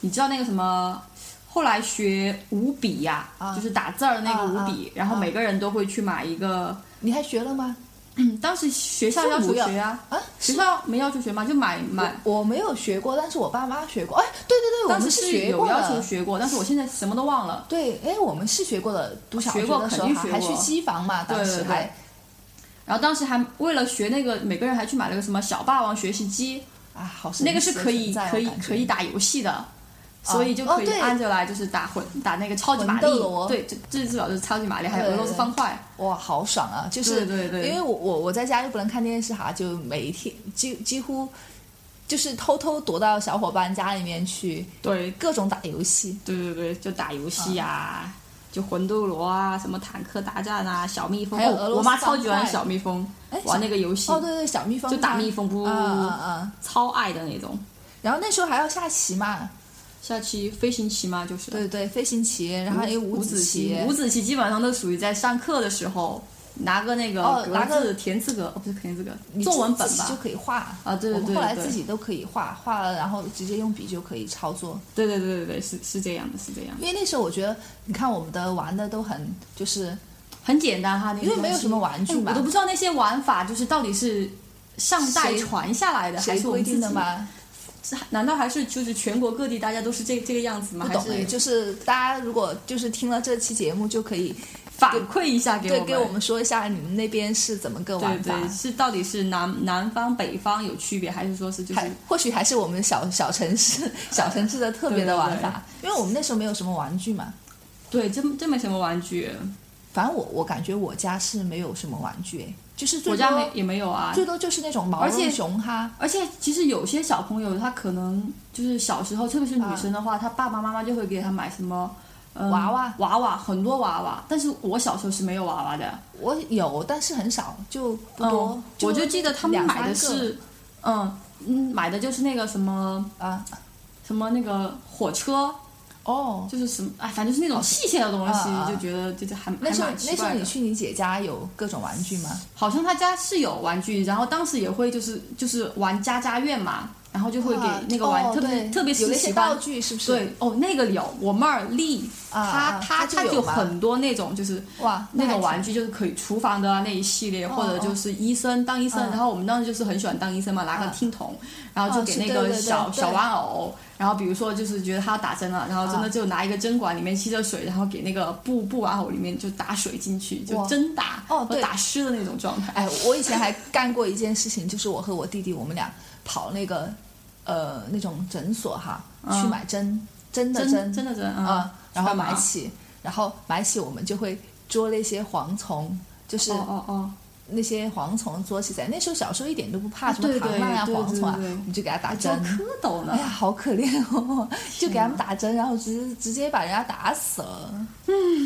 [SPEAKER 2] 你知道那个什么。后来学五笔呀、
[SPEAKER 3] 啊
[SPEAKER 2] 就是打字儿的那个
[SPEAKER 3] 啊
[SPEAKER 2] 五
[SPEAKER 3] 啊
[SPEAKER 2] 笔，然后
[SPEAKER 3] 啊
[SPEAKER 2] 每个人都会去买一个。
[SPEAKER 3] 你还学了吗？
[SPEAKER 2] 嗯当时学校要求学呀、
[SPEAKER 3] 啊，
[SPEAKER 2] 学
[SPEAKER 3] 是
[SPEAKER 2] 校没要求学嘛，就买买。
[SPEAKER 3] 我没有学过，但是我爸妈学过。哎，对对对，我
[SPEAKER 2] 当
[SPEAKER 3] 们
[SPEAKER 2] 时
[SPEAKER 3] 是
[SPEAKER 2] 是
[SPEAKER 3] 学
[SPEAKER 2] 有
[SPEAKER 3] 过
[SPEAKER 2] 要求
[SPEAKER 3] 的。
[SPEAKER 2] 学过，但是我现在什么都忘了。
[SPEAKER 3] 对，哎，我们是学过的。读小
[SPEAKER 2] 学
[SPEAKER 3] 学
[SPEAKER 2] 过
[SPEAKER 3] 的时
[SPEAKER 2] 肯
[SPEAKER 3] 候
[SPEAKER 2] 定
[SPEAKER 3] 还
[SPEAKER 2] 学
[SPEAKER 3] 还
[SPEAKER 2] 过
[SPEAKER 3] 去机房嘛，当
[SPEAKER 2] 对
[SPEAKER 3] 时
[SPEAKER 2] 对对
[SPEAKER 3] 还
[SPEAKER 2] 然后当时还为了学那个，每个人还去买了个什么小霸王学习机，
[SPEAKER 3] 啊，好神
[SPEAKER 2] 那个是
[SPEAKER 3] 奇的
[SPEAKER 2] 可以
[SPEAKER 3] 存在哦
[SPEAKER 2] 可以
[SPEAKER 3] 感觉啊
[SPEAKER 2] 可以打游戏的，所以就可
[SPEAKER 3] 哦
[SPEAKER 2] 以
[SPEAKER 3] 对
[SPEAKER 2] 按着来，就是打混打那个超级
[SPEAKER 3] 魂
[SPEAKER 2] 玛丽
[SPEAKER 3] 斗罗，
[SPEAKER 2] 对，这这至少是超级玛丽，还有
[SPEAKER 3] 对
[SPEAKER 2] 俄罗斯
[SPEAKER 3] 对
[SPEAKER 2] 方块，
[SPEAKER 3] 哇，好爽啊！就是
[SPEAKER 2] 对对对
[SPEAKER 3] 因为我我我在家又不能看电视哈，就每一天几几乎就是偷偷躲到小伙伴家里面去，
[SPEAKER 2] 对
[SPEAKER 3] 各种打游戏。
[SPEAKER 2] 对对对，就打游戏呀，就魂斗罗啊，什么坦克大战啊，小蜜蜂，
[SPEAKER 3] 还有
[SPEAKER 2] 哦
[SPEAKER 3] 俄罗
[SPEAKER 2] 我妈
[SPEAKER 3] 斯
[SPEAKER 2] 超
[SPEAKER 3] 方
[SPEAKER 2] 喜欢
[SPEAKER 3] 块
[SPEAKER 2] 小蜜蜂
[SPEAKER 3] 哎，
[SPEAKER 2] 玩
[SPEAKER 3] 小
[SPEAKER 2] 那个游戏
[SPEAKER 3] 哦，，对对，小蜜蜂
[SPEAKER 2] 就打
[SPEAKER 3] 它
[SPEAKER 2] 蜜蜂，不
[SPEAKER 3] 啊啊
[SPEAKER 2] 嗯
[SPEAKER 3] 啊！
[SPEAKER 2] 超爱的那种。
[SPEAKER 3] 然后那时候还要下棋嘛，
[SPEAKER 2] 下棋飞行棋嘛，就是
[SPEAKER 3] 对对，飞行棋，然后还有
[SPEAKER 2] 五
[SPEAKER 3] 子
[SPEAKER 2] 子棋，五子棋基本上都属于在上课的时候拿个那个
[SPEAKER 3] 哦
[SPEAKER 2] 格
[SPEAKER 3] 拿个
[SPEAKER 2] 子填字格，哦不是填字格，
[SPEAKER 3] 你
[SPEAKER 2] 作文
[SPEAKER 3] 自
[SPEAKER 2] 本
[SPEAKER 3] 己就
[SPEAKER 2] 吧？
[SPEAKER 3] 可以画
[SPEAKER 2] 啊对对
[SPEAKER 3] 我们
[SPEAKER 2] 对
[SPEAKER 3] 后来
[SPEAKER 2] 对
[SPEAKER 3] 自己都可以画，画了然后直接用笔就可以操作。
[SPEAKER 2] 对对对对对，是是这样的，是这样的，
[SPEAKER 3] 因为那时候我觉得，你看我们的玩的都很就是
[SPEAKER 2] 很简单哈，那个
[SPEAKER 3] 因为没有
[SPEAKER 2] 东西
[SPEAKER 3] 什么玩具
[SPEAKER 2] 哎
[SPEAKER 3] 嘛
[SPEAKER 2] 我都不知道那些玩法就是到底是上代
[SPEAKER 3] 谁
[SPEAKER 2] 传下来的还
[SPEAKER 3] 谁
[SPEAKER 2] 是我
[SPEAKER 3] 规
[SPEAKER 2] 们自
[SPEAKER 3] 定
[SPEAKER 2] 己
[SPEAKER 3] 的？嘛，
[SPEAKER 2] 难道还是就是全国各地大家都是这这个样子吗？
[SPEAKER 3] 不
[SPEAKER 2] 还
[SPEAKER 3] 懂哎，
[SPEAKER 2] 是
[SPEAKER 3] 就是大家如果就是听了这期节目，就可以
[SPEAKER 2] 反馈一下给
[SPEAKER 3] 对给我
[SPEAKER 2] 们？
[SPEAKER 3] 们说一下你们那边是怎么个
[SPEAKER 2] 对
[SPEAKER 3] 玩法，
[SPEAKER 2] 对，是到底是南南方北方有区别，还是说是就是
[SPEAKER 3] 还或许还是我们小小城 市小城市的特别的玩法，因为我们那时候没有什么玩具嘛。
[SPEAKER 2] 对，真真没什么玩具，
[SPEAKER 3] 反正我我感觉我家是没有什么玩具，哎就是最
[SPEAKER 2] 我
[SPEAKER 3] 多
[SPEAKER 2] 家没也没有啊。
[SPEAKER 3] 最多就是那种毛
[SPEAKER 2] 而且
[SPEAKER 3] 绒熊哈，
[SPEAKER 2] 而且其实有些小朋友他可能就是小时候，特别是女生的话，她爸爸妈妈就会给她买什么。嗯
[SPEAKER 3] 嗯娃娃
[SPEAKER 2] 娃娃很多娃娃，但是我小时候是没有娃娃的，
[SPEAKER 3] 我有但是很少，哦就不多。
[SPEAKER 2] 嗯，我就记得他们
[SPEAKER 3] 两三
[SPEAKER 2] 买的
[SPEAKER 3] 个
[SPEAKER 2] 是，嗯嗯，买的就是那个什么
[SPEAKER 3] 啊
[SPEAKER 2] 什么那个火车，
[SPEAKER 3] 哦，
[SPEAKER 2] 就是什么哎，反正就是那种器械的东西，
[SPEAKER 3] 啊啊
[SPEAKER 2] 就觉得就是还
[SPEAKER 3] 那时候
[SPEAKER 2] 还蛮奇
[SPEAKER 3] 那时候
[SPEAKER 2] 怪
[SPEAKER 3] 你
[SPEAKER 2] 的。
[SPEAKER 3] 去你姐家有各种玩具吗？
[SPEAKER 2] 好像他家是有玩具，然后当时也会就是就是玩家家院嘛，然后就会给
[SPEAKER 3] 啊
[SPEAKER 2] 那个玩，
[SPEAKER 3] 哦
[SPEAKER 2] 特别
[SPEAKER 3] 对
[SPEAKER 2] 特别
[SPEAKER 3] 有
[SPEAKER 2] 是
[SPEAKER 3] 那
[SPEAKER 2] 喜
[SPEAKER 3] 些
[SPEAKER 2] 欢
[SPEAKER 3] 道具是不是？
[SPEAKER 2] 对哦，那个有我妹儿丽，她
[SPEAKER 3] 啊
[SPEAKER 2] 她
[SPEAKER 3] 她就
[SPEAKER 2] 她就
[SPEAKER 3] 有吗
[SPEAKER 2] 很多那种就是
[SPEAKER 3] 哇，
[SPEAKER 2] 啊那种玩
[SPEAKER 3] 具
[SPEAKER 2] 具，就是可以厨房的啊那一系列，或者
[SPEAKER 3] 哦
[SPEAKER 2] 就是医生当医生，
[SPEAKER 3] 嗯
[SPEAKER 2] 然后我们当时就是很喜欢当医生嘛，拿个
[SPEAKER 3] 嗯
[SPEAKER 2] 听筒，然后就
[SPEAKER 3] 哦
[SPEAKER 2] 给
[SPEAKER 3] 是
[SPEAKER 2] 那
[SPEAKER 3] 对对
[SPEAKER 2] 个
[SPEAKER 3] 对
[SPEAKER 2] 小
[SPEAKER 3] 对
[SPEAKER 2] 小玩偶，然后比如说就是觉得他打针了，然后真的
[SPEAKER 3] 啊
[SPEAKER 2] 就拿一个针管里面吸着水，然后给那个布布娃偶里面就打水进去，就
[SPEAKER 3] 哇
[SPEAKER 2] 真打，
[SPEAKER 3] 哦对
[SPEAKER 2] 打湿的那种状态。
[SPEAKER 3] 哎，我以前还干过一件事情，就是我和我弟弟，我们俩跑那个呃那种诊所哈，
[SPEAKER 2] 嗯
[SPEAKER 3] 去买针，真的
[SPEAKER 2] 真
[SPEAKER 3] 针，
[SPEAKER 2] 真的真
[SPEAKER 3] 啊、
[SPEAKER 2] 啊，
[SPEAKER 3] 然后
[SPEAKER 2] 干嘛
[SPEAKER 3] 买起，然后买起我们就会捉那些蝗虫，就是
[SPEAKER 2] 哦哦哦，
[SPEAKER 3] 那些蝗虫捉起来。那时候小时候一点都不怕
[SPEAKER 2] 啊
[SPEAKER 3] 什么
[SPEAKER 2] 对
[SPEAKER 3] 蛤
[SPEAKER 2] 对
[SPEAKER 3] 蟆呀、
[SPEAKER 2] 对
[SPEAKER 3] 蝗
[SPEAKER 2] 对
[SPEAKER 3] 虫啊，
[SPEAKER 2] 对
[SPEAKER 3] 我们就给它打
[SPEAKER 2] 还做
[SPEAKER 3] 针。
[SPEAKER 2] 蝌蚪呢
[SPEAKER 3] 哎呀，，好可怜哦！就给他
[SPEAKER 2] 啊
[SPEAKER 3] 们打针，然后直直接把人家打死了。嗯，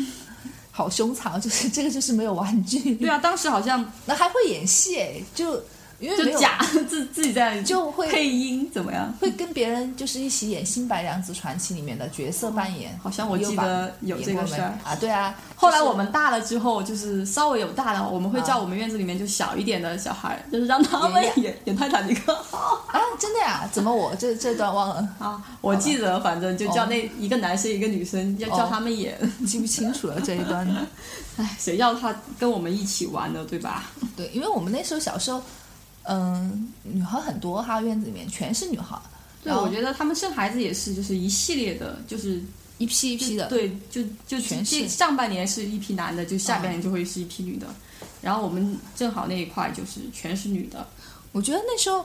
[SPEAKER 3] 好凶残哦，就是这个就是没有玩具。
[SPEAKER 2] 对啊，当时好像
[SPEAKER 3] 那还会演戏哎，就因为没
[SPEAKER 2] 就
[SPEAKER 3] 有
[SPEAKER 2] 假 自自己在
[SPEAKER 3] 就会
[SPEAKER 2] 配音怎么样？
[SPEAKER 3] 会跟别人就是一起演《新白娘子传奇》里面的角色扮演。
[SPEAKER 2] 哦好像我记得有这个事儿
[SPEAKER 3] 演过没啊，对啊。
[SPEAKER 2] 后来
[SPEAKER 3] 就是
[SPEAKER 2] 我们大了之后，就是稍微有大了，我们会叫我们院子里面就小一点的小孩儿，就是让他们
[SPEAKER 3] 演
[SPEAKER 2] 演演泰坦尼克号
[SPEAKER 3] 啊，真的呀？怎么我这这段忘了，
[SPEAKER 2] 啊。我记得，反正就叫那一个男生一个女生，要
[SPEAKER 3] 哦
[SPEAKER 2] 叫他们演。
[SPEAKER 3] 记不清楚了这一段。
[SPEAKER 2] 唉，谁叫他跟我们一起玩的，对吧？
[SPEAKER 3] 对，因为我们那时候小时候，嗯，女孩很多哈，院子里面全是女孩，
[SPEAKER 2] 对，
[SPEAKER 3] 然后
[SPEAKER 2] 我觉得他们生孩子也是，就是一系列的，就是
[SPEAKER 3] 一批一批的。
[SPEAKER 2] 对，就就
[SPEAKER 3] 全
[SPEAKER 2] 这
[SPEAKER 3] 是
[SPEAKER 2] 上半年是一批男的，就下半年就会是一批女的。然后我们正好那一块就是全是女的，
[SPEAKER 3] 我觉得那时候，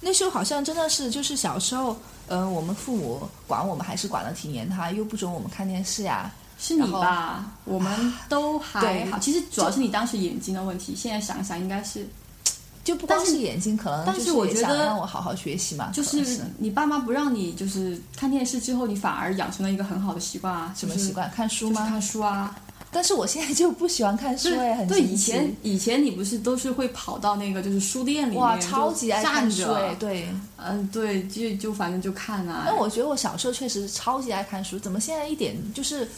[SPEAKER 3] 那时候好像真的是就是小时候，嗯，我们父母管我们还是管的挺严的哈，又不准我们看电视呀、
[SPEAKER 2] 是你
[SPEAKER 3] 然后
[SPEAKER 2] 吧？我们都还
[SPEAKER 3] 对
[SPEAKER 2] 好，其实主要是你当时眼睛的问题，现在想想应该是，
[SPEAKER 3] 就不光
[SPEAKER 2] 但是
[SPEAKER 3] 是眼睛，可能
[SPEAKER 2] 但
[SPEAKER 3] 就是
[SPEAKER 2] 我
[SPEAKER 3] 也
[SPEAKER 2] 觉
[SPEAKER 3] 想
[SPEAKER 2] 得
[SPEAKER 3] 让我好好学习嘛，
[SPEAKER 2] 就
[SPEAKER 3] 可能
[SPEAKER 2] 是
[SPEAKER 3] 是
[SPEAKER 2] 你爸妈不让你就是看电视之后，你反而养成了一个很好的习惯啊，
[SPEAKER 3] 什么
[SPEAKER 2] 就是
[SPEAKER 3] 习？惯？看书
[SPEAKER 2] 就是
[SPEAKER 3] 吗？
[SPEAKER 2] 看书啊，
[SPEAKER 3] 但是我现在就不喜欢看书哎，很
[SPEAKER 2] 对，
[SPEAKER 3] 神
[SPEAKER 2] 以
[SPEAKER 3] 奇
[SPEAKER 2] 前以前你不是都是会跑到那个就是书店里面，
[SPEAKER 3] 哇，超级爱
[SPEAKER 2] 就
[SPEAKER 3] 看
[SPEAKER 2] 站
[SPEAKER 3] 书哎，
[SPEAKER 2] 着，
[SPEAKER 3] 对。
[SPEAKER 2] 嗯，对，就就反正就看啊。
[SPEAKER 3] 那我觉得我小时候确实超级爱看书，怎么现在一点就是，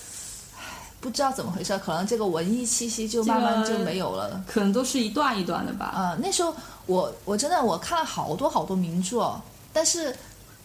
[SPEAKER 3] 唉不知道怎么回事，可能这个文艺气息就
[SPEAKER 2] 这
[SPEAKER 3] 慢慢
[SPEAKER 2] 个
[SPEAKER 3] 就没有了。
[SPEAKER 2] 可能都是一段一段的吧，
[SPEAKER 3] 啊、那时候我我真的我看了好多好多名著哦，但是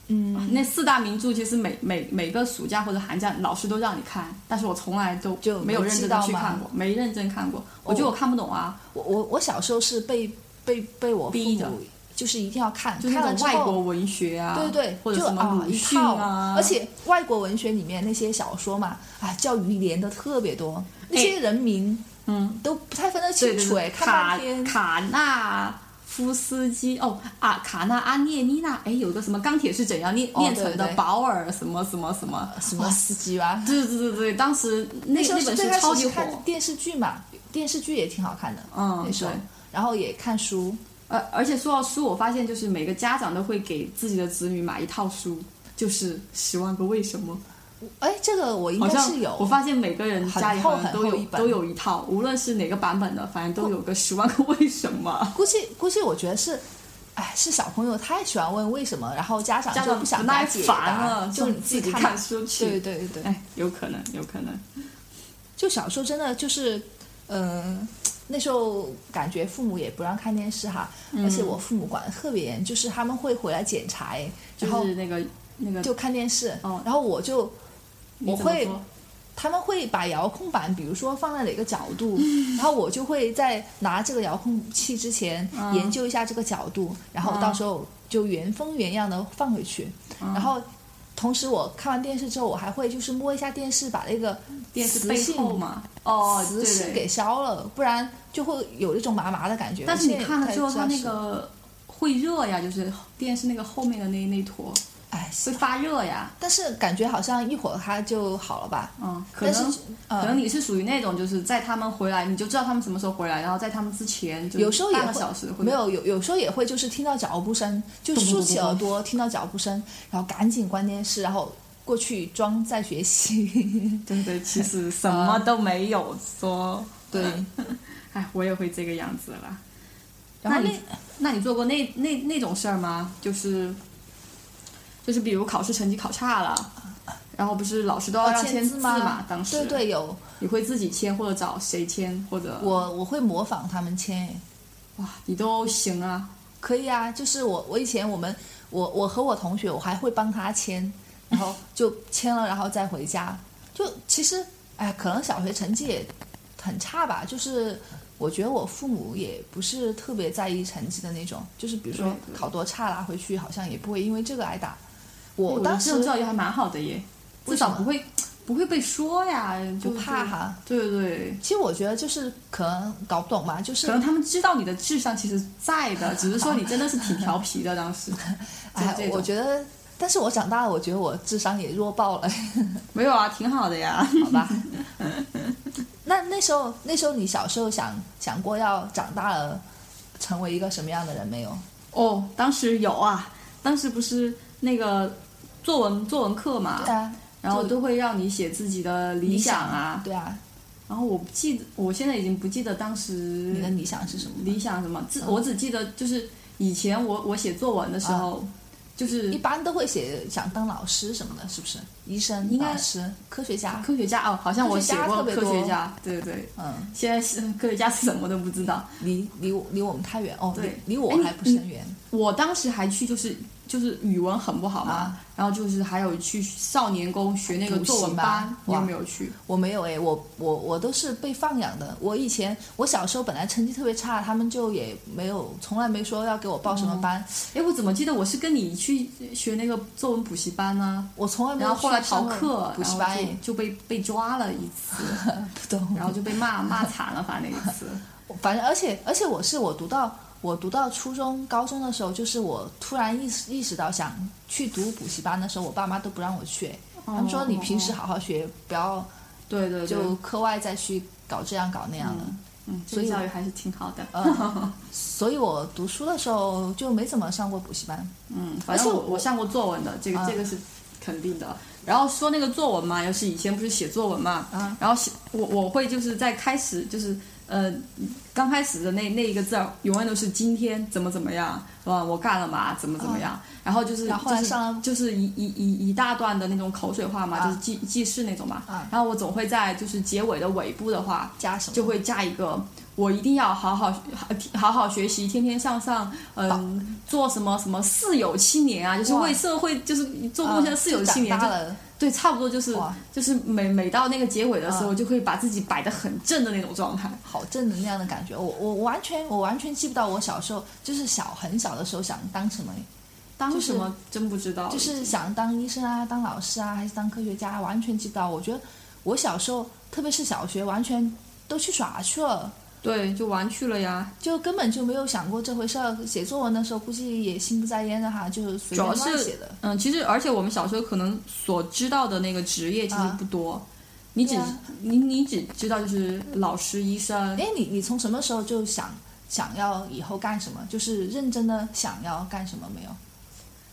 [SPEAKER 3] 嗯，
[SPEAKER 2] 那四大名著其实每每每个暑假或者寒假老师都让你看，但是我从来都
[SPEAKER 3] 就
[SPEAKER 2] 没有
[SPEAKER 3] 没
[SPEAKER 2] 认
[SPEAKER 3] 记
[SPEAKER 2] 真
[SPEAKER 3] 到
[SPEAKER 2] 的去
[SPEAKER 3] 吗哦
[SPEAKER 2] 看过，没认真看过。我觉得我看不懂啊，
[SPEAKER 3] 我我我小时候是被被被我父
[SPEAKER 2] 逼的
[SPEAKER 3] 母就是一定要看，
[SPEAKER 2] 就是
[SPEAKER 3] 看
[SPEAKER 2] 那
[SPEAKER 3] 了
[SPEAKER 2] 种
[SPEAKER 3] 之
[SPEAKER 2] 外国
[SPEAKER 3] 后。
[SPEAKER 2] 文学啊，
[SPEAKER 3] 对对
[SPEAKER 2] 或
[SPEAKER 3] 对，
[SPEAKER 2] 者
[SPEAKER 3] 就
[SPEAKER 2] 什么
[SPEAKER 3] 啊
[SPEAKER 2] 鲁
[SPEAKER 3] 一
[SPEAKER 2] 迅
[SPEAKER 3] 套
[SPEAKER 2] 啊，
[SPEAKER 3] 而且外国文学里面那些小说嘛，啊叫于连的特别多，那
[SPEAKER 2] 哎
[SPEAKER 3] 些人名
[SPEAKER 2] 嗯，
[SPEAKER 3] 都不太分得
[SPEAKER 2] 对
[SPEAKER 3] 清
[SPEAKER 2] 对
[SPEAKER 3] 楚哎，
[SPEAKER 2] 对，
[SPEAKER 3] 看
[SPEAKER 2] 卡
[SPEAKER 3] 半天。
[SPEAKER 2] 卡纳夫斯基哦啊，卡纳阿涅尼娜，哎，有个什么钢铁是怎样炼
[SPEAKER 3] 哦
[SPEAKER 2] 炼
[SPEAKER 3] 对
[SPEAKER 2] 成的
[SPEAKER 3] 对，
[SPEAKER 2] 保尔什么什么什么
[SPEAKER 3] 什
[SPEAKER 2] 哇
[SPEAKER 3] 么司机吧？
[SPEAKER 2] 对对对对，当时那
[SPEAKER 3] 时候
[SPEAKER 2] 那
[SPEAKER 3] 是
[SPEAKER 2] 本
[SPEAKER 3] 最
[SPEAKER 2] 书
[SPEAKER 3] 开
[SPEAKER 2] 超
[SPEAKER 3] 始
[SPEAKER 2] 级
[SPEAKER 3] 是
[SPEAKER 2] 火，
[SPEAKER 3] 看电视剧嘛，电视剧也挺好看的，
[SPEAKER 2] 嗯
[SPEAKER 3] 那时候
[SPEAKER 2] 对，
[SPEAKER 3] 然后也看书，
[SPEAKER 2] 而呃而且说到书，我发现就是每个家长都会给自己的子女买一套书，就是《十万个为什么
[SPEAKER 3] 哎，这个我应》。
[SPEAKER 2] 好
[SPEAKER 3] 该
[SPEAKER 2] 像
[SPEAKER 3] 是有，
[SPEAKER 2] 我发现每个人家里
[SPEAKER 3] 很厚
[SPEAKER 2] 好像都
[SPEAKER 3] 很厚
[SPEAKER 2] 有
[SPEAKER 3] 一本
[SPEAKER 2] 都有一套，无论是哪个版本的，反正都有个《十万个为什么
[SPEAKER 3] 估计估计我觉得是，哎，是小朋友太喜欢问为什么，然后家》，长
[SPEAKER 2] 家
[SPEAKER 3] 就
[SPEAKER 2] 长
[SPEAKER 3] 想给他
[SPEAKER 2] 耐
[SPEAKER 3] 解
[SPEAKER 2] 烦
[SPEAKER 3] 答，
[SPEAKER 2] 了，
[SPEAKER 3] 啊就
[SPEAKER 2] 说
[SPEAKER 3] 你
[SPEAKER 2] 自己
[SPEAKER 3] 看
[SPEAKER 2] 看
[SPEAKER 3] 吧。
[SPEAKER 2] 书去。
[SPEAKER 3] 对对对，
[SPEAKER 2] 哎，有可能，有可能。
[SPEAKER 3] 就小时候真的就是，嗯、那时候感觉父母也不让看电视哈，
[SPEAKER 2] 嗯
[SPEAKER 3] 而且我父母管的特别严，就是他们会回来检查，哎然后
[SPEAKER 2] 就是那个那个，
[SPEAKER 3] 就看电视，
[SPEAKER 2] 哦
[SPEAKER 3] 然后我就
[SPEAKER 2] 你
[SPEAKER 3] 我
[SPEAKER 2] 怎么
[SPEAKER 3] 会
[SPEAKER 2] 说
[SPEAKER 3] 他们会把遥控板，比如说放在哪个角度，然后我就会在拿这个遥控器之前
[SPEAKER 2] 嗯
[SPEAKER 3] 研究一下这个角度，然后到时候就原封原样的放回去。
[SPEAKER 2] 嗯
[SPEAKER 3] 然后，同时我看完电视之后，我还会就是摸一下电视，把那个
[SPEAKER 2] 电视
[SPEAKER 3] 磁
[SPEAKER 2] 背
[SPEAKER 3] 性
[SPEAKER 2] 后嘛。哦，对
[SPEAKER 3] 磁性
[SPEAKER 2] 对。
[SPEAKER 3] 给消了，不然就会有一种麻麻的感觉。
[SPEAKER 2] 但是你
[SPEAKER 3] 我现在
[SPEAKER 2] 看了
[SPEAKER 3] 才
[SPEAKER 2] 之后，
[SPEAKER 3] 知
[SPEAKER 2] 它
[SPEAKER 3] 道
[SPEAKER 2] 那
[SPEAKER 3] 是，
[SPEAKER 2] 个会热呀，就是电视那个后面的那那坨
[SPEAKER 3] 哎，
[SPEAKER 2] 会发热呀。
[SPEAKER 3] 但是感觉好像一会儿它就好了吧？
[SPEAKER 2] 嗯，可
[SPEAKER 3] 但是
[SPEAKER 2] 能、
[SPEAKER 3] 嗯
[SPEAKER 2] 可能你是属于那种，就是在他们回来，你就知道他们什么时候回来，然后在他们之前，就
[SPEAKER 3] 有时候也
[SPEAKER 2] 半个
[SPEAKER 3] 会
[SPEAKER 2] 小时或者
[SPEAKER 3] 没有有有时候也会就是听到脚步声，就
[SPEAKER 2] 咚咚
[SPEAKER 3] 竖
[SPEAKER 2] 咚
[SPEAKER 3] 起
[SPEAKER 2] 咚
[SPEAKER 3] 耳朵听到脚步声，然后赶紧关电视，然后过去装在 学习。
[SPEAKER 2] 对对，其 实什么
[SPEAKER 3] 呃
[SPEAKER 2] 都没有说。
[SPEAKER 3] 对，
[SPEAKER 2] 哎，我也会这个样子了。
[SPEAKER 3] 然
[SPEAKER 2] 那
[SPEAKER 3] 后那
[SPEAKER 2] 你那你做过那那那种事儿吗？就是就是比如考试成绩考差了，然后不是老师都要
[SPEAKER 3] 哦
[SPEAKER 2] 让
[SPEAKER 3] 签
[SPEAKER 2] 字嘛？
[SPEAKER 3] 吗？
[SPEAKER 2] 当时
[SPEAKER 3] 对对有，
[SPEAKER 2] 你会自己签或者找谁签或者
[SPEAKER 3] 我我会模仿他们签诶。
[SPEAKER 2] 哇，你都行啊！
[SPEAKER 3] 可以啊，就是我我以前我们我我和我同学，我还会帮他签， 然后
[SPEAKER 2] 哎
[SPEAKER 3] 就签了，然后再回家。就其实哎，可能小学成绩也很差吧，就是我觉得我父母也不是特别在意成绩的那种，就是比如说
[SPEAKER 2] 对对
[SPEAKER 3] 考多差啦，回去好像也不会因为这个挨打。我
[SPEAKER 2] 我
[SPEAKER 3] 当
[SPEAKER 2] 这
[SPEAKER 3] 时
[SPEAKER 2] 种教育还蛮好的耶，
[SPEAKER 3] 为
[SPEAKER 2] 至
[SPEAKER 3] 什么
[SPEAKER 2] 少不会不会被说呀，就
[SPEAKER 3] 不怕。哈。
[SPEAKER 2] 就嗯对对，
[SPEAKER 3] 其实我觉得就是可能搞不懂吧，就是
[SPEAKER 2] 可能他们知道你的志向其实在的，只是说你真的是挺调皮的。当时，就是这
[SPEAKER 3] 哎，
[SPEAKER 2] 种
[SPEAKER 3] 我觉得，但是我长大了，我觉得我智商也弱爆了，
[SPEAKER 2] 没有啊，挺好的呀。
[SPEAKER 3] 好 吧？那那时候，那时候你小时候想想过要长大了成为一个什么样的人没有？
[SPEAKER 2] 哦，当时有啊，当时不是那个作文作文课嘛，
[SPEAKER 3] 对啊，
[SPEAKER 2] 然后
[SPEAKER 3] 就
[SPEAKER 2] 都会让你写自己的理想啊。
[SPEAKER 3] 对啊，
[SPEAKER 2] 然后我不记得，我现在已经不记得当时
[SPEAKER 3] 你的理嗯想是什么？
[SPEAKER 2] 理想什么，自我只记得就是以前我我写作文的时候，就是
[SPEAKER 3] 嗯一般都会写想当老师什么的，是不是？医生、
[SPEAKER 2] 应该
[SPEAKER 3] 老师、科学家，
[SPEAKER 2] 科学家哦，好像我写过
[SPEAKER 3] 科学家特别
[SPEAKER 2] 科
[SPEAKER 3] 多
[SPEAKER 2] 学家，对对对，
[SPEAKER 3] 嗯，
[SPEAKER 2] 现在是科学家是什么都不知道。
[SPEAKER 3] 离离我离我们太远哦，
[SPEAKER 2] 对
[SPEAKER 3] 离离我
[SPEAKER 2] 哎你
[SPEAKER 3] 还不是很远。
[SPEAKER 2] 我当时还去就是就是语文很不好嘛，
[SPEAKER 3] 啊
[SPEAKER 2] 然后就是还有去少年宫学那个
[SPEAKER 3] 补习
[SPEAKER 2] 作文
[SPEAKER 3] 班
[SPEAKER 2] 班，你有
[SPEAKER 3] 哇
[SPEAKER 2] 没有去？
[SPEAKER 3] 我没有哎，我我我都是被放养的。我以前我小时候本来成绩特别差，他们就也没有从来没说要给我报什么班，
[SPEAKER 2] 哎，我怎么记得我是跟你去学那个作文补习班呢？
[SPEAKER 3] 我从来没有
[SPEAKER 2] 然后后来逃
[SPEAKER 3] 去上
[SPEAKER 2] 课
[SPEAKER 3] 过，补习班
[SPEAKER 2] 然后
[SPEAKER 3] 哎，
[SPEAKER 2] 就就被被抓了一 次，
[SPEAKER 3] 不懂。
[SPEAKER 2] 然后就被骂骂惨了，反正那一次。
[SPEAKER 3] 反正而且而且我是我读到我读到初中高中的时候，就是我突然意识意识到想去读补习班的时候，我爸妈都不让我去， 他们说你平时好好学，不要
[SPEAKER 2] 哦对哦对对，
[SPEAKER 3] 就课外再去搞这样搞那样的。
[SPEAKER 2] 嗯，
[SPEAKER 3] 所
[SPEAKER 2] 所
[SPEAKER 3] 以
[SPEAKER 2] 以
[SPEAKER 3] 我
[SPEAKER 2] 教育还是挺好的。
[SPEAKER 3] 所以我读书的时候就没怎么上过补习班。
[SPEAKER 2] 嗯，反正我
[SPEAKER 3] 而且我
[SPEAKER 2] 我上过作文的，这个、
[SPEAKER 3] 啊
[SPEAKER 2] 这个是肯定的。然后说那个作文嘛，又是以前不是写作文嘛，
[SPEAKER 3] 啊
[SPEAKER 2] 然后写我我会就是在开始就是呃刚开始的那那一个字儿，永远都是今天怎么怎么样，是吧？我干了嘛，怎么怎么样，然后就是
[SPEAKER 3] 嗯然后后来上了
[SPEAKER 2] 就是就是一一一一大段的那种口水话嘛，
[SPEAKER 3] 啊
[SPEAKER 2] 就是记记事那种嘛。
[SPEAKER 3] 啊
[SPEAKER 2] 然后我总会在就是结尾的尾部的话
[SPEAKER 3] 加什么
[SPEAKER 2] 就会加一个。我一定要好好好好学习，天天向上。嗯，做什么什么四有青年啊，就是
[SPEAKER 3] 哦哇
[SPEAKER 2] 为社会就是做
[SPEAKER 3] 啊
[SPEAKER 2] 贡献的四有
[SPEAKER 3] 就
[SPEAKER 2] 青年，
[SPEAKER 3] 长
[SPEAKER 2] 就
[SPEAKER 3] 大了，
[SPEAKER 2] 对，差不多就是
[SPEAKER 3] 啊哇
[SPEAKER 2] 就是每每到那个结尾的时
[SPEAKER 3] 啊
[SPEAKER 2] 候，就会把自己摆得很正的那种状态。
[SPEAKER 3] 好正能量的感觉。我我我完全我完全记不到我小时候，就是小很小的时候想当什么，
[SPEAKER 2] 当
[SPEAKER 3] 是
[SPEAKER 2] 什么真不知道，
[SPEAKER 3] 就是想当医生啊，当老师啊，还是当科学家，完全记不到。我觉得我小时候，特别是小学，完全都去耍去了，
[SPEAKER 2] 对，就玩去了呀。
[SPEAKER 3] 就根本就没有想过这回事儿。写作文的时候，估计也心不在焉的哈，就是随
[SPEAKER 2] 主
[SPEAKER 3] 便
[SPEAKER 2] 要
[SPEAKER 3] 乱
[SPEAKER 2] 是
[SPEAKER 3] 写的。
[SPEAKER 2] 嗯，其实而且我们小时候可能所知道的那个职业其实
[SPEAKER 3] 啊
[SPEAKER 2] 不多，你只、
[SPEAKER 3] 对啊
[SPEAKER 2] 你你只知道就是老师、医生，
[SPEAKER 3] 哎，你你从什么时候就想想要以后干什么？就是认真的想要干什么没有？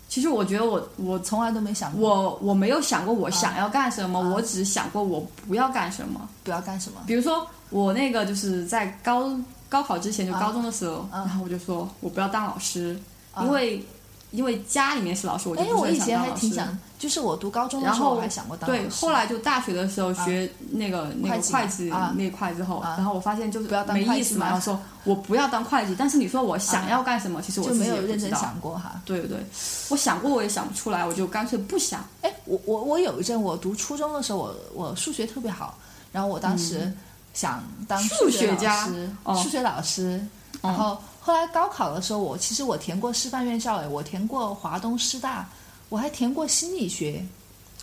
[SPEAKER 2] 其实我觉得我我从
[SPEAKER 3] 从来都没想过
[SPEAKER 2] 我我没有想过
[SPEAKER 3] 嗯
[SPEAKER 2] 我想要干什么，我只想过我不要干什么。
[SPEAKER 3] 不要干什么。
[SPEAKER 2] 比如说我那个就是在高高考之前，就
[SPEAKER 3] 啊
[SPEAKER 2] 高中的时候，
[SPEAKER 3] 啊
[SPEAKER 2] 然后我就说我不要当老师，
[SPEAKER 3] 啊
[SPEAKER 2] 因为因为家里面是老师，我就
[SPEAKER 3] 哎，
[SPEAKER 2] 不
[SPEAKER 3] 我
[SPEAKER 2] 是很
[SPEAKER 3] 以前
[SPEAKER 2] 想当
[SPEAKER 3] 还
[SPEAKER 2] 老
[SPEAKER 3] 挺
[SPEAKER 2] 师。
[SPEAKER 3] 想，就是我读高中的
[SPEAKER 2] 然
[SPEAKER 3] 时候，
[SPEAKER 2] 后
[SPEAKER 3] 我还想过当老师。啊
[SPEAKER 2] 对，后来就大学的时候学那个、那个
[SPEAKER 3] 会计嘛
[SPEAKER 2] 会计
[SPEAKER 3] 啊
[SPEAKER 2] 那块之后，
[SPEAKER 3] 啊
[SPEAKER 2] 然后我发现就是
[SPEAKER 3] 不要当
[SPEAKER 2] 没
[SPEAKER 3] 会
[SPEAKER 2] 意
[SPEAKER 3] 计
[SPEAKER 2] 思嘛，
[SPEAKER 3] 嘛啊
[SPEAKER 2] 然后说我不要当会计，但是你说我想要干什么，其实我
[SPEAKER 3] 就
[SPEAKER 2] 自己
[SPEAKER 3] 没
[SPEAKER 2] 也
[SPEAKER 3] 有
[SPEAKER 2] 不
[SPEAKER 3] 认
[SPEAKER 2] 知
[SPEAKER 3] 真
[SPEAKER 2] 道。
[SPEAKER 3] 想过哈。
[SPEAKER 2] 对对，我想过我也想不出来，我就干脆不想。
[SPEAKER 3] 哎，我我我有一阵我读初中的时候，我我数学特别好，然后我当时想当
[SPEAKER 2] 嗯数
[SPEAKER 3] 学
[SPEAKER 2] 学
[SPEAKER 3] 老
[SPEAKER 2] 家
[SPEAKER 3] 师，
[SPEAKER 2] 哦
[SPEAKER 3] 数学老师。然后后来高考的时候，我其实我填过师范院校，哎，我填过华东师大，我还填过心理学，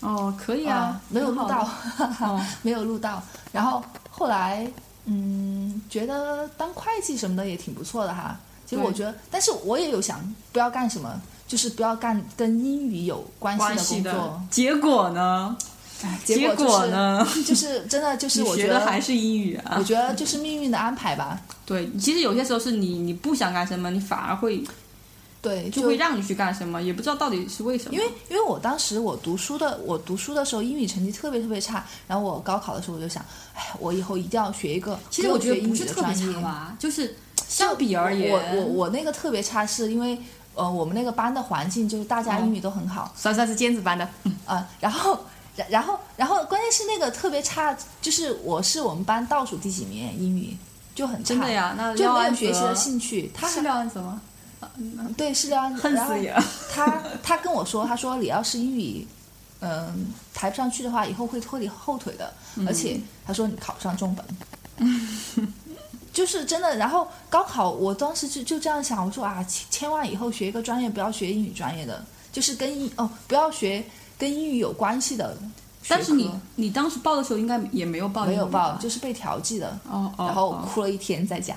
[SPEAKER 2] 哦，可以
[SPEAKER 3] 啊
[SPEAKER 2] 啊，，
[SPEAKER 3] 没有
[SPEAKER 2] 挺
[SPEAKER 3] 录
[SPEAKER 2] 好
[SPEAKER 3] 到
[SPEAKER 2] 的。，哦
[SPEAKER 3] 没有录到。然后后来，嗯，觉得当会计什么的也挺不错的哈。其实
[SPEAKER 2] 对
[SPEAKER 3] 我觉得，但是我也有想不要干什么，就是不要干跟英语有关
[SPEAKER 2] 关
[SPEAKER 3] 系
[SPEAKER 2] 系
[SPEAKER 3] 的工作
[SPEAKER 2] 的。结果 呢？
[SPEAKER 3] 哎
[SPEAKER 2] 结
[SPEAKER 3] 果、就是、
[SPEAKER 2] 果呢？
[SPEAKER 3] 就是真的就是
[SPEAKER 2] 你
[SPEAKER 3] 我
[SPEAKER 2] 学
[SPEAKER 3] 觉
[SPEAKER 2] 的
[SPEAKER 3] 得，
[SPEAKER 2] 还是英语
[SPEAKER 3] 我
[SPEAKER 2] 啊？
[SPEAKER 3] 觉得就是命运的安排吧。
[SPEAKER 2] 对，其实有些时候是你你不想干什么，你反而会
[SPEAKER 3] 对，
[SPEAKER 2] 就会让你去干什么，也不知道到底是为什么。
[SPEAKER 3] 因为因为我当时我读书的我读书的时候英语成绩特别特别差，然后我高考的时候我就想，哎，我以后一定要学一个
[SPEAKER 2] 其实
[SPEAKER 3] 我
[SPEAKER 2] 我觉
[SPEAKER 3] 学
[SPEAKER 2] 得
[SPEAKER 3] 英
[SPEAKER 2] 不
[SPEAKER 3] 语
[SPEAKER 2] 是
[SPEAKER 3] 的
[SPEAKER 2] 特别
[SPEAKER 3] 专业
[SPEAKER 2] 差。吧，就是相比而言，
[SPEAKER 3] 我我我那个特别差，是因为呃我们那个班的环境就是大
[SPEAKER 2] 哦
[SPEAKER 3] 家英语都很好，
[SPEAKER 2] 算算是尖子班的，
[SPEAKER 3] 啊，然后，然然后，然后，关键是那个特别差，就是我是我们班倒数第几名英语，就很差，
[SPEAKER 2] 真的呀那
[SPEAKER 3] 就
[SPEAKER 2] 廖
[SPEAKER 3] 没有
[SPEAKER 2] 安
[SPEAKER 3] 学习的
[SPEAKER 2] 泽
[SPEAKER 3] 兴趣。他
[SPEAKER 2] 是廖安泽吗？
[SPEAKER 3] 对是廖安，
[SPEAKER 2] 恨
[SPEAKER 3] 然后
[SPEAKER 2] 死也了！
[SPEAKER 3] 他他跟我说，他说你要是英语，嗯，抬不上去的话，以后会拖你后腿的。而
[SPEAKER 2] 嗯
[SPEAKER 3] 且他说你考不上中本， 就是真的。然后高考，我当时就就这样想，我说啊，千千万以后学一个专业，不要学英语专业的。就是跟英哦，不要学跟英语有关系的学科。
[SPEAKER 2] 但是你哦你当时报的时候应该也没有报
[SPEAKER 3] 没有
[SPEAKER 2] 英语
[SPEAKER 3] 报，
[SPEAKER 2] 吧
[SPEAKER 3] 就是被调剂的。
[SPEAKER 2] 哦哦，
[SPEAKER 3] 然后
[SPEAKER 2] 哦
[SPEAKER 3] 哭了一天在家，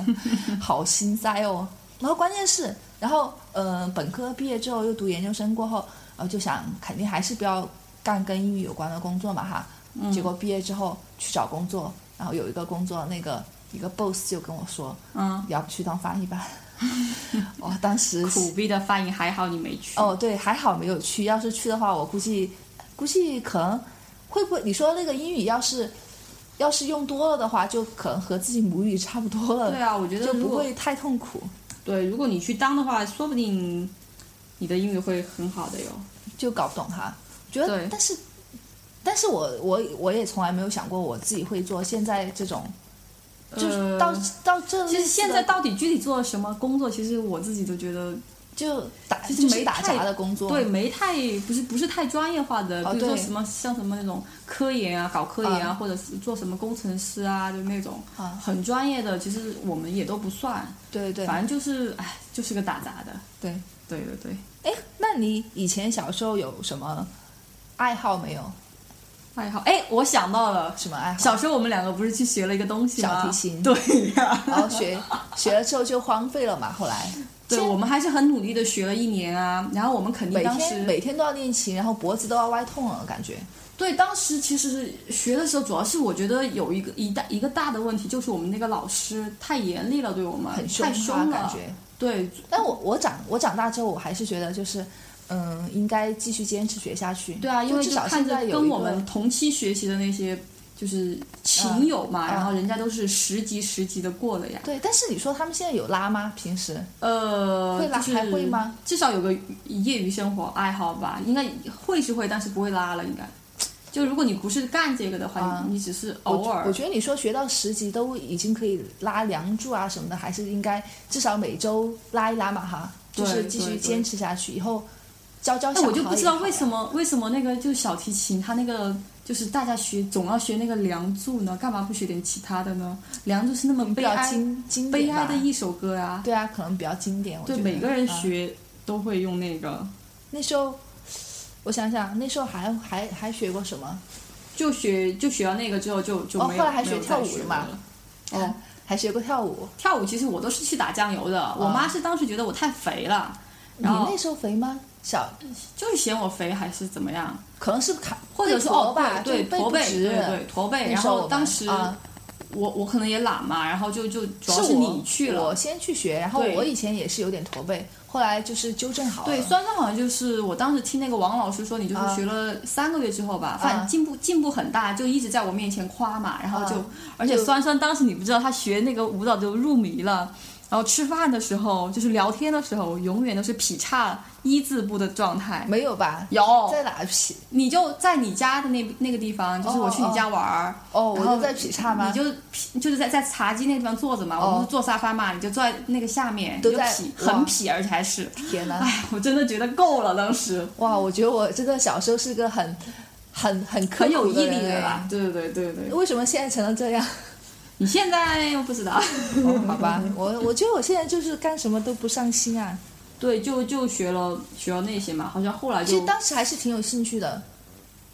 [SPEAKER 3] 好心塞哦。然后关键是，然后呃，本科毕业之后又读研究生过后，呃，就想肯定还是不要干跟英语有关的工作嘛哈。
[SPEAKER 2] 嗯
[SPEAKER 3] 结果毕业之后去找工作，然后有一个工作，那个一个 boss 就跟我说，
[SPEAKER 2] 嗯，
[SPEAKER 3] 要不去当翻译吧。 我、当时
[SPEAKER 2] 苦逼的发音还好你没去
[SPEAKER 3] 哦，对，还好没有去。要是去的话，我估计估计可能会不会你说那个英语要是要是用多了的话，就可能和自己母语差不多了。
[SPEAKER 2] 对啊，我觉得
[SPEAKER 3] 就
[SPEAKER 2] 如
[SPEAKER 3] 不
[SPEAKER 2] 果
[SPEAKER 3] 会太痛苦，
[SPEAKER 2] 对，如果你去当的话，说不定你的英语会很好的
[SPEAKER 3] 嗯
[SPEAKER 2] 哟。
[SPEAKER 3] 就搞不懂哈。觉得
[SPEAKER 2] 对，
[SPEAKER 3] 但是，但是我我我也从来没有想过我自己会做现在这种，就是
[SPEAKER 2] 呃
[SPEAKER 3] 到、到这类似的，
[SPEAKER 2] 其实现在到底具体做了什么工作，其实我自己都觉得
[SPEAKER 3] 就打
[SPEAKER 2] 其实
[SPEAKER 3] 就是
[SPEAKER 2] 没
[SPEAKER 3] 打
[SPEAKER 2] 太
[SPEAKER 3] 杂的工作，
[SPEAKER 2] 对，没太不是不是太专业化的，
[SPEAKER 3] 哦
[SPEAKER 2] 比如说
[SPEAKER 3] 对
[SPEAKER 2] 什么像什么那种科研啊，搞科研啊，
[SPEAKER 3] 嗯
[SPEAKER 2] 或者是做什么工程师啊，就那种
[SPEAKER 3] 嗯
[SPEAKER 2] 很专业的，其实我们也都不算，
[SPEAKER 3] 对对
[SPEAKER 2] 反正就是哎，就是个打杂的。
[SPEAKER 3] 对。
[SPEAKER 2] 对对对，
[SPEAKER 3] 哎，那你以前小时候有什么爱好没有？
[SPEAKER 2] 爱好哎，我想到了，
[SPEAKER 3] 什么爱好？
[SPEAKER 2] 小时候我们两个不是去学了一个东西吗？
[SPEAKER 3] 小提琴
[SPEAKER 2] 对呀、
[SPEAKER 3] 然后学学了之后就荒废了嘛。后来
[SPEAKER 2] 对，我们还是很努力的学了一年啊，然后我们肯定
[SPEAKER 3] 每
[SPEAKER 2] 当
[SPEAKER 3] 天
[SPEAKER 2] 时
[SPEAKER 3] 每天都要练琴，然后脖子都要歪痛了，感觉。
[SPEAKER 2] 对当时其实学的时候，主要是我觉得有一个一大一个大的问题，就是我们那个老师太严厉了，对我们
[SPEAKER 3] 很凶
[SPEAKER 2] 太
[SPEAKER 3] 啊
[SPEAKER 2] 凶了，
[SPEAKER 3] 感觉。
[SPEAKER 2] 对
[SPEAKER 3] 但我我长我长大之后，我还是觉得就是，嗯，应该继续坚持学下去。
[SPEAKER 2] 对啊，因为
[SPEAKER 3] 就
[SPEAKER 2] 就
[SPEAKER 3] 至少
[SPEAKER 2] 看
[SPEAKER 3] 现
[SPEAKER 2] 着
[SPEAKER 3] 在有
[SPEAKER 2] 跟
[SPEAKER 3] 一
[SPEAKER 2] 我
[SPEAKER 3] 个
[SPEAKER 2] 们同期学习的那些就是琴友嘛，
[SPEAKER 3] 嗯
[SPEAKER 2] 然后人家都是十级十级的过的呀。
[SPEAKER 3] 对，但是你说他们现在有拉吗？平时
[SPEAKER 2] 呃，
[SPEAKER 3] 会拉
[SPEAKER 2] 就是
[SPEAKER 3] 还会吗？
[SPEAKER 2] 至少有个业余生活爱好吧，应该会是会，但是不会拉了，应该。就如果你不是干这个的话，
[SPEAKER 3] 啊
[SPEAKER 2] 你你只是
[SPEAKER 3] 我
[SPEAKER 2] 偶尔
[SPEAKER 3] 我觉得你说学到十级都已经可以拉梁柱啊什么的，还是应该至少每周拉一拉嘛哈，就
[SPEAKER 2] 对
[SPEAKER 3] 是继续
[SPEAKER 2] 对对
[SPEAKER 3] 坚持下去，以后教教
[SPEAKER 2] 那
[SPEAKER 3] 小孩
[SPEAKER 2] 我就不知道为什
[SPEAKER 3] 么。
[SPEAKER 2] 么为什么那个就是小提琴，它那个就是大家学总要学那个《梁祝》呢，干嘛不学点其他的呢？《梁祝》是那么
[SPEAKER 3] 比
[SPEAKER 2] 悲
[SPEAKER 3] 较
[SPEAKER 2] 哀
[SPEAKER 3] 经经典
[SPEAKER 2] 悲哀
[SPEAKER 3] 吧
[SPEAKER 2] 的一首歌啊，
[SPEAKER 3] 对啊，可能比较经典。我
[SPEAKER 2] 对
[SPEAKER 3] 觉得
[SPEAKER 2] 每个人
[SPEAKER 3] 啊
[SPEAKER 2] 学都会用那个，
[SPEAKER 3] 那时候，我想想，那时候还还还学过什么？
[SPEAKER 2] 就学就学了那个之后就就
[SPEAKER 3] 哦
[SPEAKER 2] 没有、
[SPEAKER 3] 后来还
[SPEAKER 2] 没
[SPEAKER 3] 学
[SPEAKER 2] 有再
[SPEAKER 3] 跳舞
[SPEAKER 2] 学
[SPEAKER 3] 了嘛
[SPEAKER 2] 了哦，
[SPEAKER 3] 还学过跳舞。
[SPEAKER 2] 跳舞其实我都是去打酱油的，我妈是当时觉得我太肥了，
[SPEAKER 3] 啊你
[SPEAKER 2] 然后
[SPEAKER 3] 那时候肥吗？小，
[SPEAKER 2] 就是嫌我肥还是怎么样，
[SPEAKER 3] 可能是卡，
[SPEAKER 2] 或者说
[SPEAKER 3] 说
[SPEAKER 2] 哦
[SPEAKER 3] 吧，
[SPEAKER 2] 对
[SPEAKER 3] 就背
[SPEAKER 2] 对驼
[SPEAKER 3] 不
[SPEAKER 2] 背
[SPEAKER 3] 直
[SPEAKER 2] 对对驼背，
[SPEAKER 3] 那
[SPEAKER 2] 哎然
[SPEAKER 3] 时候我
[SPEAKER 2] 后
[SPEAKER 3] 们
[SPEAKER 2] 当时
[SPEAKER 3] 啊
[SPEAKER 2] 我我可能也懒嘛，然后就就主要
[SPEAKER 3] 是我
[SPEAKER 2] 你去
[SPEAKER 3] 我
[SPEAKER 2] 了。
[SPEAKER 3] 先去学，然后
[SPEAKER 2] 对
[SPEAKER 3] 我以前也是有点驼背，后来就是纠正好了。
[SPEAKER 2] 对，酸酸好像就是我当时听那个王老师说，你就是
[SPEAKER 3] 啊
[SPEAKER 2] 学了三个月之后吧，反
[SPEAKER 3] 啊
[SPEAKER 2] 正进步进步很大，就一直在我面前夸嘛，然后就，
[SPEAKER 3] 啊
[SPEAKER 2] 而且
[SPEAKER 3] 就
[SPEAKER 2] 酸酸当时你不知道他学那个舞蹈就入迷了，然后吃饭的时候就是聊天的时候，永远都是劈叉一字步的状态。
[SPEAKER 3] 没有吧？
[SPEAKER 2] 有，
[SPEAKER 3] 在哪劈？
[SPEAKER 2] 你就在你家的那那个地方，就是我去你家玩儿，
[SPEAKER 3] 哦，我
[SPEAKER 2] 然后
[SPEAKER 3] 就在劈叉吗
[SPEAKER 2] 你？就劈就是在在茶几那地方坐着嘛，我
[SPEAKER 3] 哦
[SPEAKER 2] 们是坐沙发嘛，你就坐在那个下面，你
[SPEAKER 3] 都
[SPEAKER 2] 就
[SPEAKER 3] 在
[SPEAKER 2] 劈，
[SPEAKER 3] 哇
[SPEAKER 2] 很劈，而且还是，
[SPEAKER 3] 天呐，
[SPEAKER 2] 哎，我真的觉得够了，当时
[SPEAKER 3] 哇，我觉得我真的小时候是个很、很、很刻
[SPEAKER 2] 很有
[SPEAKER 3] 苦
[SPEAKER 2] 毅
[SPEAKER 3] 人
[SPEAKER 2] 力的
[SPEAKER 3] 哎
[SPEAKER 2] 啦，。对对对对对，
[SPEAKER 3] 为什么现在成了这样？
[SPEAKER 2] 你现在又不知道，
[SPEAKER 3] 哦好
[SPEAKER 2] 嗯
[SPEAKER 3] 吧，我我觉得我现在就是干什么都不上心啊。
[SPEAKER 2] 对，就就学了学了那些嘛，好像后来
[SPEAKER 3] 其
[SPEAKER 2] 就
[SPEAKER 3] 实当时还是挺有兴趣的，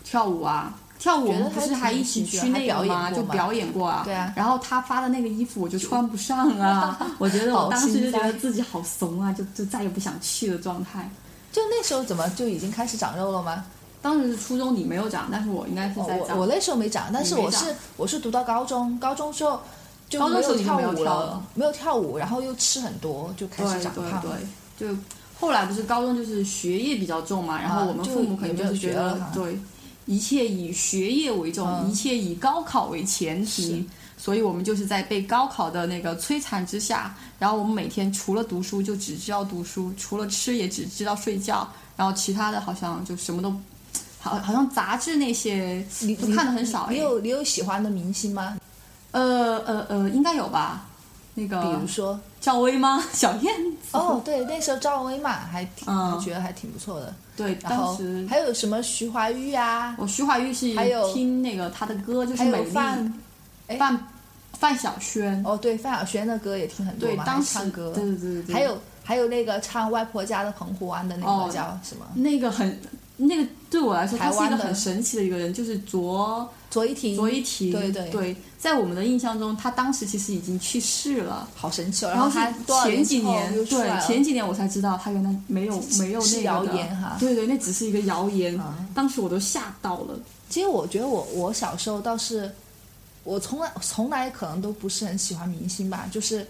[SPEAKER 2] 跳舞啊。跳舞我
[SPEAKER 3] 觉得
[SPEAKER 2] 们不
[SPEAKER 3] 还
[SPEAKER 2] 是
[SPEAKER 3] 挺
[SPEAKER 2] 还
[SPEAKER 3] 有
[SPEAKER 2] 一起
[SPEAKER 3] 兴趣
[SPEAKER 2] 去
[SPEAKER 3] 的还
[SPEAKER 2] 那个
[SPEAKER 3] 表演
[SPEAKER 2] 吗？
[SPEAKER 3] 过
[SPEAKER 2] 就
[SPEAKER 3] 嘛
[SPEAKER 2] 表演过啊。
[SPEAKER 3] 对啊
[SPEAKER 2] 然后他发的那个衣服我就穿不上啊， 我觉得
[SPEAKER 3] 好
[SPEAKER 2] 我当时
[SPEAKER 3] 心
[SPEAKER 2] 就觉
[SPEAKER 3] 塞
[SPEAKER 2] 得自己好怂啊，就就再也不想去的状态。
[SPEAKER 3] 就那时候怎么就已经开始长肉了吗？
[SPEAKER 2] 当时是初中你没有长，但是我应该是
[SPEAKER 3] 哦
[SPEAKER 2] 在
[SPEAKER 3] 我
[SPEAKER 2] 长。
[SPEAKER 3] 我那时候没长，但是
[SPEAKER 2] 你没
[SPEAKER 3] 我
[SPEAKER 2] 长
[SPEAKER 3] 是我是读到高中，高中之后就
[SPEAKER 2] 高中
[SPEAKER 3] 没
[SPEAKER 2] 时候
[SPEAKER 3] 有
[SPEAKER 2] 你就
[SPEAKER 3] 跳
[SPEAKER 2] 没有
[SPEAKER 3] 舞
[SPEAKER 2] 跳
[SPEAKER 3] 了
[SPEAKER 2] 了，
[SPEAKER 3] 没有跳舞，然后又吃很多，就开
[SPEAKER 2] 对
[SPEAKER 3] 始长胖。
[SPEAKER 2] 对对，就后来不是高中就是学业比较重嘛，然后我们
[SPEAKER 3] 啊就
[SPEAKER 2] 父母可能就是
[SPEAKER 3] 也
[SPEAKER 2] 觉
[SPEAKER 3] 没
[SPEAKER 2] 得
[SPEAKER 3] 有学了哈
[SPEAKER 2] 对，一切以学业为重，
[SPEAKER 3] 嗯
[SPEAKER 2] 一切以高考为前
[SPEAKER 3] 是
[SPEAKER 2] 提。所以我们就是在被高考的那个摧残之下，然后我们每天除了读书就只知道读书，除了吃也只知道睡觉，然后其他的好像就什么都，好好像杂志那些
[SPEAKER 3] 你
[SPEAKER 2] 都
[SPEAKER 3] 你
[SPEAKER 2] 看的很少哎
[SPEAKER 3] 你
[SPEAKER 2] 耶。
[SPEAKER 3] 有你有喜欢的明星吗？
[SPEAKER 2] 呃呃呃，应该有吧？那
[SPEAKER 3] 比
[SPEAKER 2] 个
[SPEAKER 3] 如说，
[SPEAKER 2] 赵薇吗？ 小燕子。
[SPEAKER 3] 哦，对，那时候赵薇嘛，还挺，
[SPEAKER 2] 嗯
[SPEAKER 3] 还觉得还挺不错的。
[SPEAKER 2] 对，
[SPEAKER 3] 然
[SPEAKER 2] 当
[SPEAKER 3] 后
[SPEAKER 2] 时
[SPEAKER 3] 还有什么徐怀钰啊，
[SPEAKER 2] 我徐怀钰是
[SPEAKER 3] 还有
[SPEAKER 2] 听那个他的歌，就是
[SPEAKER 3] 还
[SPEAKER 2] 美
[SPEAKER 3] 有
[SPEAKER 2] 丽
[SPEAKER 3] 范，哎
[SPEAKER 2] 范范晓萱，
[SPEAKER 3] 哦，对，范晓萱的歌也听很多
[SPEAKER 2] 对，
[SPEAKER 3] 嘛，
[SPEAKER 2] 当
[SPEAKER 3] 还
[SPEAKER 2] 时
[SPEAKER 3] 唱歌，
[SPEAKER 2] 对对对对，
[SPEAKER 3] 还有还有那个唱《外婆家的澎湖湾》的那
[SPEAKER 2] 嗯哦
[SPEAKER 3] 个叫什么？
[SPEAKER 2] 那个很那个对我来说，他
[SPEAKER 3] 台
[SPEAKER 2] 是一
[SPEAKER 3] 湾
[SPEAKER 2] 个
[SPEAKER 3] 的
[SPEAKER 2] 很神奇的一个人，就是卓
[SPEAKER 3] 卓依婷，
[SPEAKER 2] 卓依婷，
[SPEAKER 3] 对对
[SPEAKER 2] 在我们的印象中，他当时其实已经去世了。
[SPEAKER 3] 好神奇哦！
[SPEAKER 2] 然后
[SPEAKER 3] 他
[SPEAKER 2] 是
[SPEAKER 3] 多少
[SPEAKER 2] 前几
[SPEAKER 3] 之后
[SPEAKER 2] 年，
[SPEAKER 3] 又出来了
[SPEAKER 2] 对前几年我才知道他原来没有没有那
[SPEAKER 3] 是
[SPEAKER 2] 个
[SPEAKER 3] 谣
[SPEAKER 2] 的
[SPEAKER 3] 言哈
[SPEAKER 2] 对对，那只是一个谣言
[SPEAKER 3] 啊，
[SPEAKER 2] 当时我都吓到了。
[SPEAKER 3] 其实我觉得我我小时候倒是，我从来从来可能都不是很喜欢明星吧，就是，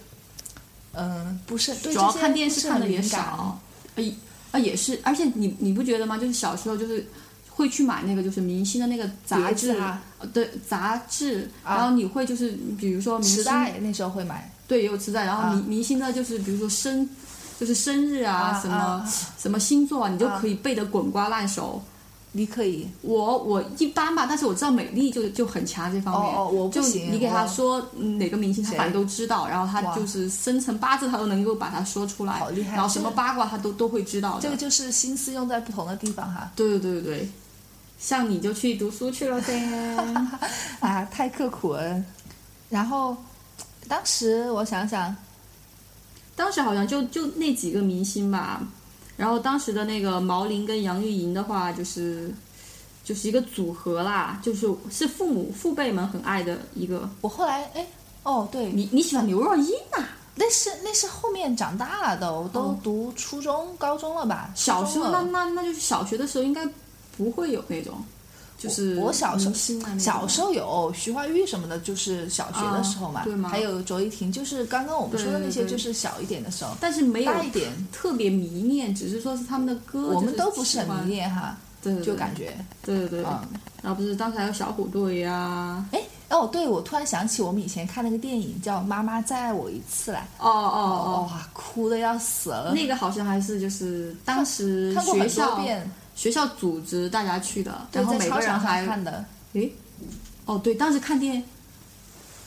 [SPEAKER 3] 嗯、不是
[SPEAKER 2] 主
[SPEAKER 3] 对这
[SPEAKER 2] 要
[SPEAKER 3] 些
[SPEAKER 2] 看电
[SPEAKER 3] 不
[SPEAKER 2] 视
[SPEAKER 3] 是
[SPEAKER 2] 看的
[SPEAKER 3] 很
[SPEAKER 2] 也
[SPEAKER 3] 敏感
[SPEAKER 2] 少，呃啊也是，而且你你不觉得吗？就是小时候就是会去买那个就是明星的那个杂
[SPEAKER 3] 碟
[SPEAKER 2] 志
[SPEAKER 3] 子啊，
[SPEAKER 2] 呃对杂志，
[SPEAKER 3] 啊
[SPEAKER 2] 然后你会就是比如啊说明
[SPEAKER 3] 时
[SPEAKER 2] 星
[SPEAKER 3] 代那时候会买
[SPEAKER 2] 对也有磁带，然后
[SPEAKER 3] 啊
[SPEAKER 2] 明、明星的就是比如说生就是生日啊
[SPEAKER 3] 啊
[SPEAKER 2] 什么
[SPEAKER 3] 啊
[SPEAKER 2] 什么星座啊，你就
[SPEAKER 3] 啊
[SPEAKER 2] 可以背得滚瓜烂熟。
[SPEAKER 3] 你可以
[SPEAKER 2] 我我一般吧，但是我知道美丽就就很强这方面。
[SPEAKER 3] 哦哦我不
[SPEAKER 2] 就
[SPEAKER 3] 行
[SPEAKER 2] 你给他
[SPEAKER 3] 我
[SPEAKER 2] 说嗯哪个明星，他
[SPEAKER 3] 谁
[SPEAKER 2] 反正都知道，然后他
[SPEAKER 3] 哇
[SPEAKER 2] 就是生辰八字他都能够把它说出来，
[SPEAKER 3] 好厉害
[SPEAKER 2] 然后什么
[SPEAKER 3] 这个
[SPEAKER 2] 八卦他都都会知道的。
[SPEAKER 3] 这个就是心思用在不同的地方哈，
[SPEAKER 2] 对对对对对，像你就去读书去了 噻。
[SPEAKER 3] 啊，太刻苦了。然后当时我想想，
[SPEAKER 2] 当时好像就就那几个明星吧，然后当时的那个毛宁跟杨钰莹的话，就是就是一个组合啦，就是是父母父辈们很爱的一个。
[SPEAKER 3] 我后来哎，哦对，
[SPEAKER 2] 你你喜欢刘若英啊？
[SPEAKER 3] 那是那是后面长大了都，都
[SPEAKER 2] 哦
[SPEAKER 3] 读初中、高中了吧？
[SPEAKER 2] 小时候
[SPEAKER 3] 初中
[SPEAKER 2] 那
[SPEAKER 3] 了
[SPEAKER 2] 那那就是小学的时候应该不会有那种，就是
[SPEAKER 3] 我小时候
[SPEAKER 2] 明星啊那种
[SPEAKER 3] 小时候有徐怀钰什么的，就是小学的时候嘛，
[SPEAKER 2] 啊对吗
[SPEAKER 3] 还有卓依婷，就是刚刚我们说的那
[SPEAKER 2] 对
[SPEAKER 3] 些，
[SPEAKER 2] 对对
[SPEAKER 3] 就是小一点的时候，
[SPEAKER 2] 但是没有
[SPEAKER 3] 大一点，
[SPEAKER 2] 特别迷恋，只是说是他们的歌，
[SPEAKER 3] 我
[SPEAKER 2] 就
[SPEAKER 3] 们
[SPEAKER 2] 是
[SPEAKER 3] 都不是
[SPEAKER 2] 喜
[SPEAKER 3] 很
[SPEAKER 2] 欢
[SPEAKER 3] 迷，恋哈，
[SPEAKER 2] 对对对，
[SPEAKER 3] 就感觉，
[SPEAKER 2] 对对对，
[SPEAKER 3] 嗯，
[SPEAKER 2] 然后不是当时还有小虎队呀、
[SPEAKER 3] 哎，哦，对，我突然想起我们以前看那个电影叫《妈妈再爱我一次》来，
[SPEAKER 2] 哦哦
[SPEAKER 3] 哇，哭的要死
[SPEAKER 2] 哦，
[SPEAKER 3] 了，
[SPEAKER 2] 那个好像还是就是当时
[SPEAKER 3] 看过
[SPEAKER 2] 学
[SPEAKER 3] 很多
[SPEAKER 2] 校
[SPEAKER 3] 遍，
[SPEAKER 2] 学校组织大家去的，
[SPEAKER 3] 对
[SPEAKER 2] 然后
[SPEAKER 3] 在
[SPEAKER 2] 每
[SPEAKER 3] 操
[SPEAKER 2] 个人
[SPEAKER 3] 场上
[SPEAKER 2] 还
[SPEAKER 3] 看的，
[SPEAKER 2] 诶，哦对，当时看电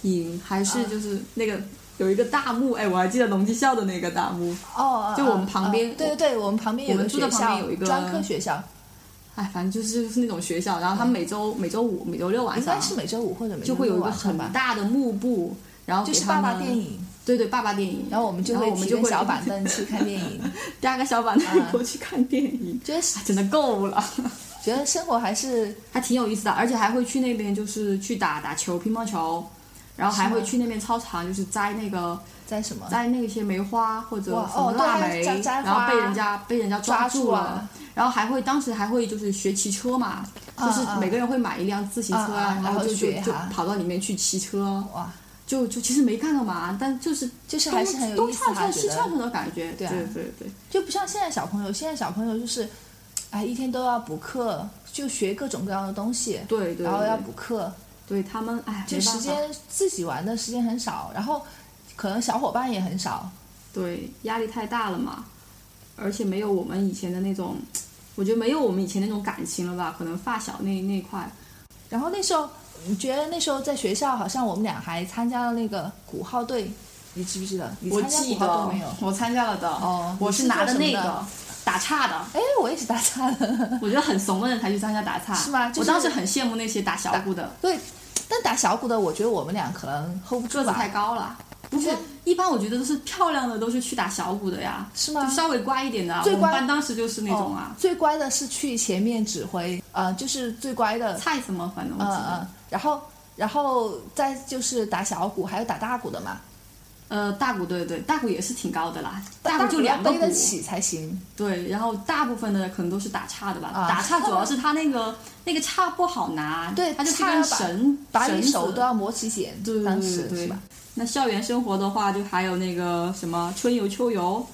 [SPEAKER 2] 影还是
[SPEAKER 3] 啊
[SPEAKER 2] 就是那个、有一个大幕，哎，我还记得农技校的那个大幕，
[SPEAKER 3] 哦，
[SPEAKER 2] 就
[SPEAKER 3] 啊
[SPEAKER 2] 我们旁
[SPEAKER 3] 啊
[SPEAKER 2] 边
[SPEAKER 3] 对对对，我们旁边
[SPEAKER 2] 我
[SPEAKER 3] 有
[SPEAKER 2] 们
[SPEAKER 3] 个
[SPEAKER 2] 住的
[SPEAKER 3] 学
[SPEAKER 2] 旁边
[SPEAKER 3] 校
[SPEAKER 2] 有一个
[SPEAKER 3] 专科学校，
[SPEAKER 2] 哎，反正就是就是那种学校，然后他每周、每周五、每周六晚
[SPEAKER 3] 应该
[SPEAKER 2] 上
[SPEAKER 3] 是每周五或者每周
[SPEAKER 2] 就会有一
[SPEAKER 3] 六
[SPEAKER 2] 个
[SPEAKER 3] 晚上
[SPEAKER 2] 很
[SPEAKER 3] 吧，
[SPEAKER 2] 大的幕布，然后
[SPEAKER 3] 就
[SPEAKER 2] 给
[SPEAKER 3] 是
[SPEAKER 2] 他
[SPEAKER 3] 爸爸
[SPEAKER 2] 们
[SPEAKER 3] 电，影。
[SPEAKER 2] 对对，爸爸电影，
[SPEAKER 3] 然后我们就
[SPEAKER 2] 然
[SPEAKER 3] 会
[SPEAKER 2] 后我们
[SPEAKER 3] 提
[SPEAKER 2] 就
[SPEAKER 3] 着
[SPEAKER 2] 会
[SPEAKER 3] 小板凳去看电影，
[SPEAKER 2] 搭个小板凳
[SPEAKER 3] 啊
[SPEAKER 2] 过去看电影，
[SPEAKER 3] 觉得是
[SPEAKER 2] 真的够了。
[SPEAKER 3] 觉得生活还是
[SPEAKER 2] 还挺有意思的，而且还会去那边就是去打打球、乒乓球，然后还会去那边操场就是摘那个
[SPEAKER 3] 在什么
[SPEAKER 2] 摘那些梅花或者
[SPEAKER 3] 哇
[SPEAKER 2] 什么
[SPEAKER 3] 哦
[SPEAKER 2] 腊
[SPEAKER 3] 对
[SPEAKER 2] 梅，
[SPEAKER 3] 摘摘
[SPEAKER 2] 然后被
[SPEAKER 3] 花
[SPEAKER 2] 人家被人家抓
[SPEAKER 3] 抓
[SPEAKER 2] 住
[SPEAKER 3] 住
[SPEAKER 2] 了，
[SPEAKER 3] 了
[SPEAKER 2] 然后还会当时还会就是学骑车嘛，
[SPEAKER 3] 啊
[SPEAKER 2] 就是
[SPEAKER 3] 啊
[SPEAKER 2] 每个人会买一辆自行车
[SPEAKER 3] 啊啊
[SPEAKER 2] 然
[SPEAKER 3] 然
[SPEAKER 2] 后
[SPEAKER 3] 后
[SPEAKER 2] 就就
[SPEAKER 3] 学
[SPEAKER 2] 就
[SPEAKER 3] 哈
[SPEAKER 2] 跑到里面去骑车，
[SPEAKER 3] 哇，
[SPEAKER 2] 就就其实没干嘛，但就是
[SPEAKER 3] 就是
[SPEAKER 2] 东
[SPEAKER 3] 还是很有
[SPEAKER 2] 东
[SPEAKER 3] 意思
[SPEAKER 2] 串
[SPEAKER 3] 哈，
[SPEAKER 2] 串西
[SPEAKER 3] 觉
[SPEAKER 2] 串
[SPEAKER 3] 得
[SPEAKER 2] 串的感觉，
[SPEAKER 3] 对啊
[SPEAKER 2] 对对对，
[SPEAKER 3] 就不像现在小朋友，现在小朋友就是，哎，一天都要补课，就学各种各样的东西，
[SPEAKER 2] 对对对
[SPEAKER 3] 然后要补课，
[SPEAKER 2] 对他们哎，
[SPEAKER 3] 就
[SPEAKER 2] 没办
[SPEAKER 3] 时
[SPEAKER 2] 法
[SPEAKER 3] 间自己玩的时间很少，然后可能小伙伴也很少，
[SPEAKER 2] 对，压力太大了嘛，而且没有我们以前的那种，我觉得没有我们以前那种感情了吧，可能发小那那块，
[SPEAKER 3] 然后那时候你觉得那时候在学校，好像我们俩还参加了那个鼓号队，你记不记得？你
[SPEAKER 2] 我
[SPEAKER 3] 参加
[SPEAKER 2] 记
[SPEAKER 3] 鼓
[SPEAKER 2] 得
[SPEAKER 3] 号队没有？
[SPEAKER 2] 我参加了的，
[SPEAKER 3] 哦
[SPEAKER 2] 我
[SPEAKER 3] 你
[SPEAKER 2] 是
[SPEAKER 3] 是
[SPEAKER 2] 拿
[SPEAKER 3] 做什
[SPEAKER 2] 那
[SPEAKER 3] 么
[SPEAKER 2] 个
[SPEAKER 3] 的
[SPEAKER 2] 打岔的，
[SPEAKER 3] 哎，我也是打岔了。
[SPEAKER 2] 我觉得很怂的人才去参加打岔，
[SPEAKER 3] 是吗就
[SPEAKER 2] 我
[SPEAKER 3] 是
[SPEAKER 2] 当时很羡慕那些打小鼓的，
[SPEAKER 3] 对，但打小鼓的，我觉得我们俩可能 hold
[SPEAKER 2] 个
[SPEAKER 3] 不住
[SPEAKER 2] 子
[SPEAKER 3] 吧
[SPEAKER 2] 太，高了。不是，一般我觉得都是漂亮的，都是去打小鼓的呀，
[SPEAKER 3] 是吗
[SPEAKER 2] 就稍微乖一点的啊，
[SPEAKER 3] 最
[SPEAKER 2] 我们
[SPEAKER 3] 乖
[SPEAKER 2] 班当时就是那种啊
[SPEAKER 3] 哦，，最乖的是去前面指挥，呃，就是最乖的，
[SPEAKER 2] 菜什么，反正我
[SPEAKER 3] 嗯
[SPEAKER 2] 记
[SPEAKER 3] 嗯
[SPEAKER 2] 得，，
[SPEAKER 3] 然后然后再就是打小鼓，还有打大鼓的嘛，
[SPEAKER 2] 呃，大鼓对对，大鼓也是挺高的啦，
[SPEAKER 3] 大
[SPEAKER 2] 鼓就
[SPEAKER 3] 要
[SPEAKER 2] 两个
[SPEAKER 3] 背
[SPEAKER 2] 鼓，
[SPEAKER 3] 得起才行。
[SPEAKER 2] 对，然后大部分的可能都是打岔的吧，
[SPEAKER 3] 啊
[SPEAKER 2] 打岔主要是他那个那个岔不好拿，
[SPEAKER 3] 对
[SPEAKER 2] 他就是
[SPEAKER 3] 岔
[SPEAKER 2] 根
[SPEAKER 3] 要把
[SPEAKER 2] 绳
[SPEAKER 3] 把
[SPEAKER 2] 绳
[SPEAKER 3] 你
[SPEAKER 2] 子
[SPEAKER 3] 手都要磨起茧，
[SPEAKER 2] 对
[SPEAKER 3] 当
[SPEAKER 2] 对
[SPEAKER 3] 时
[SPEAKER 2] 对
[SPEAKER 3] 是
[SPEAKER 2] 对
[SPEAKER 3] 吧？。
[SPEAKER 2] 那校园生活的话，就还有那个什么春游秋游，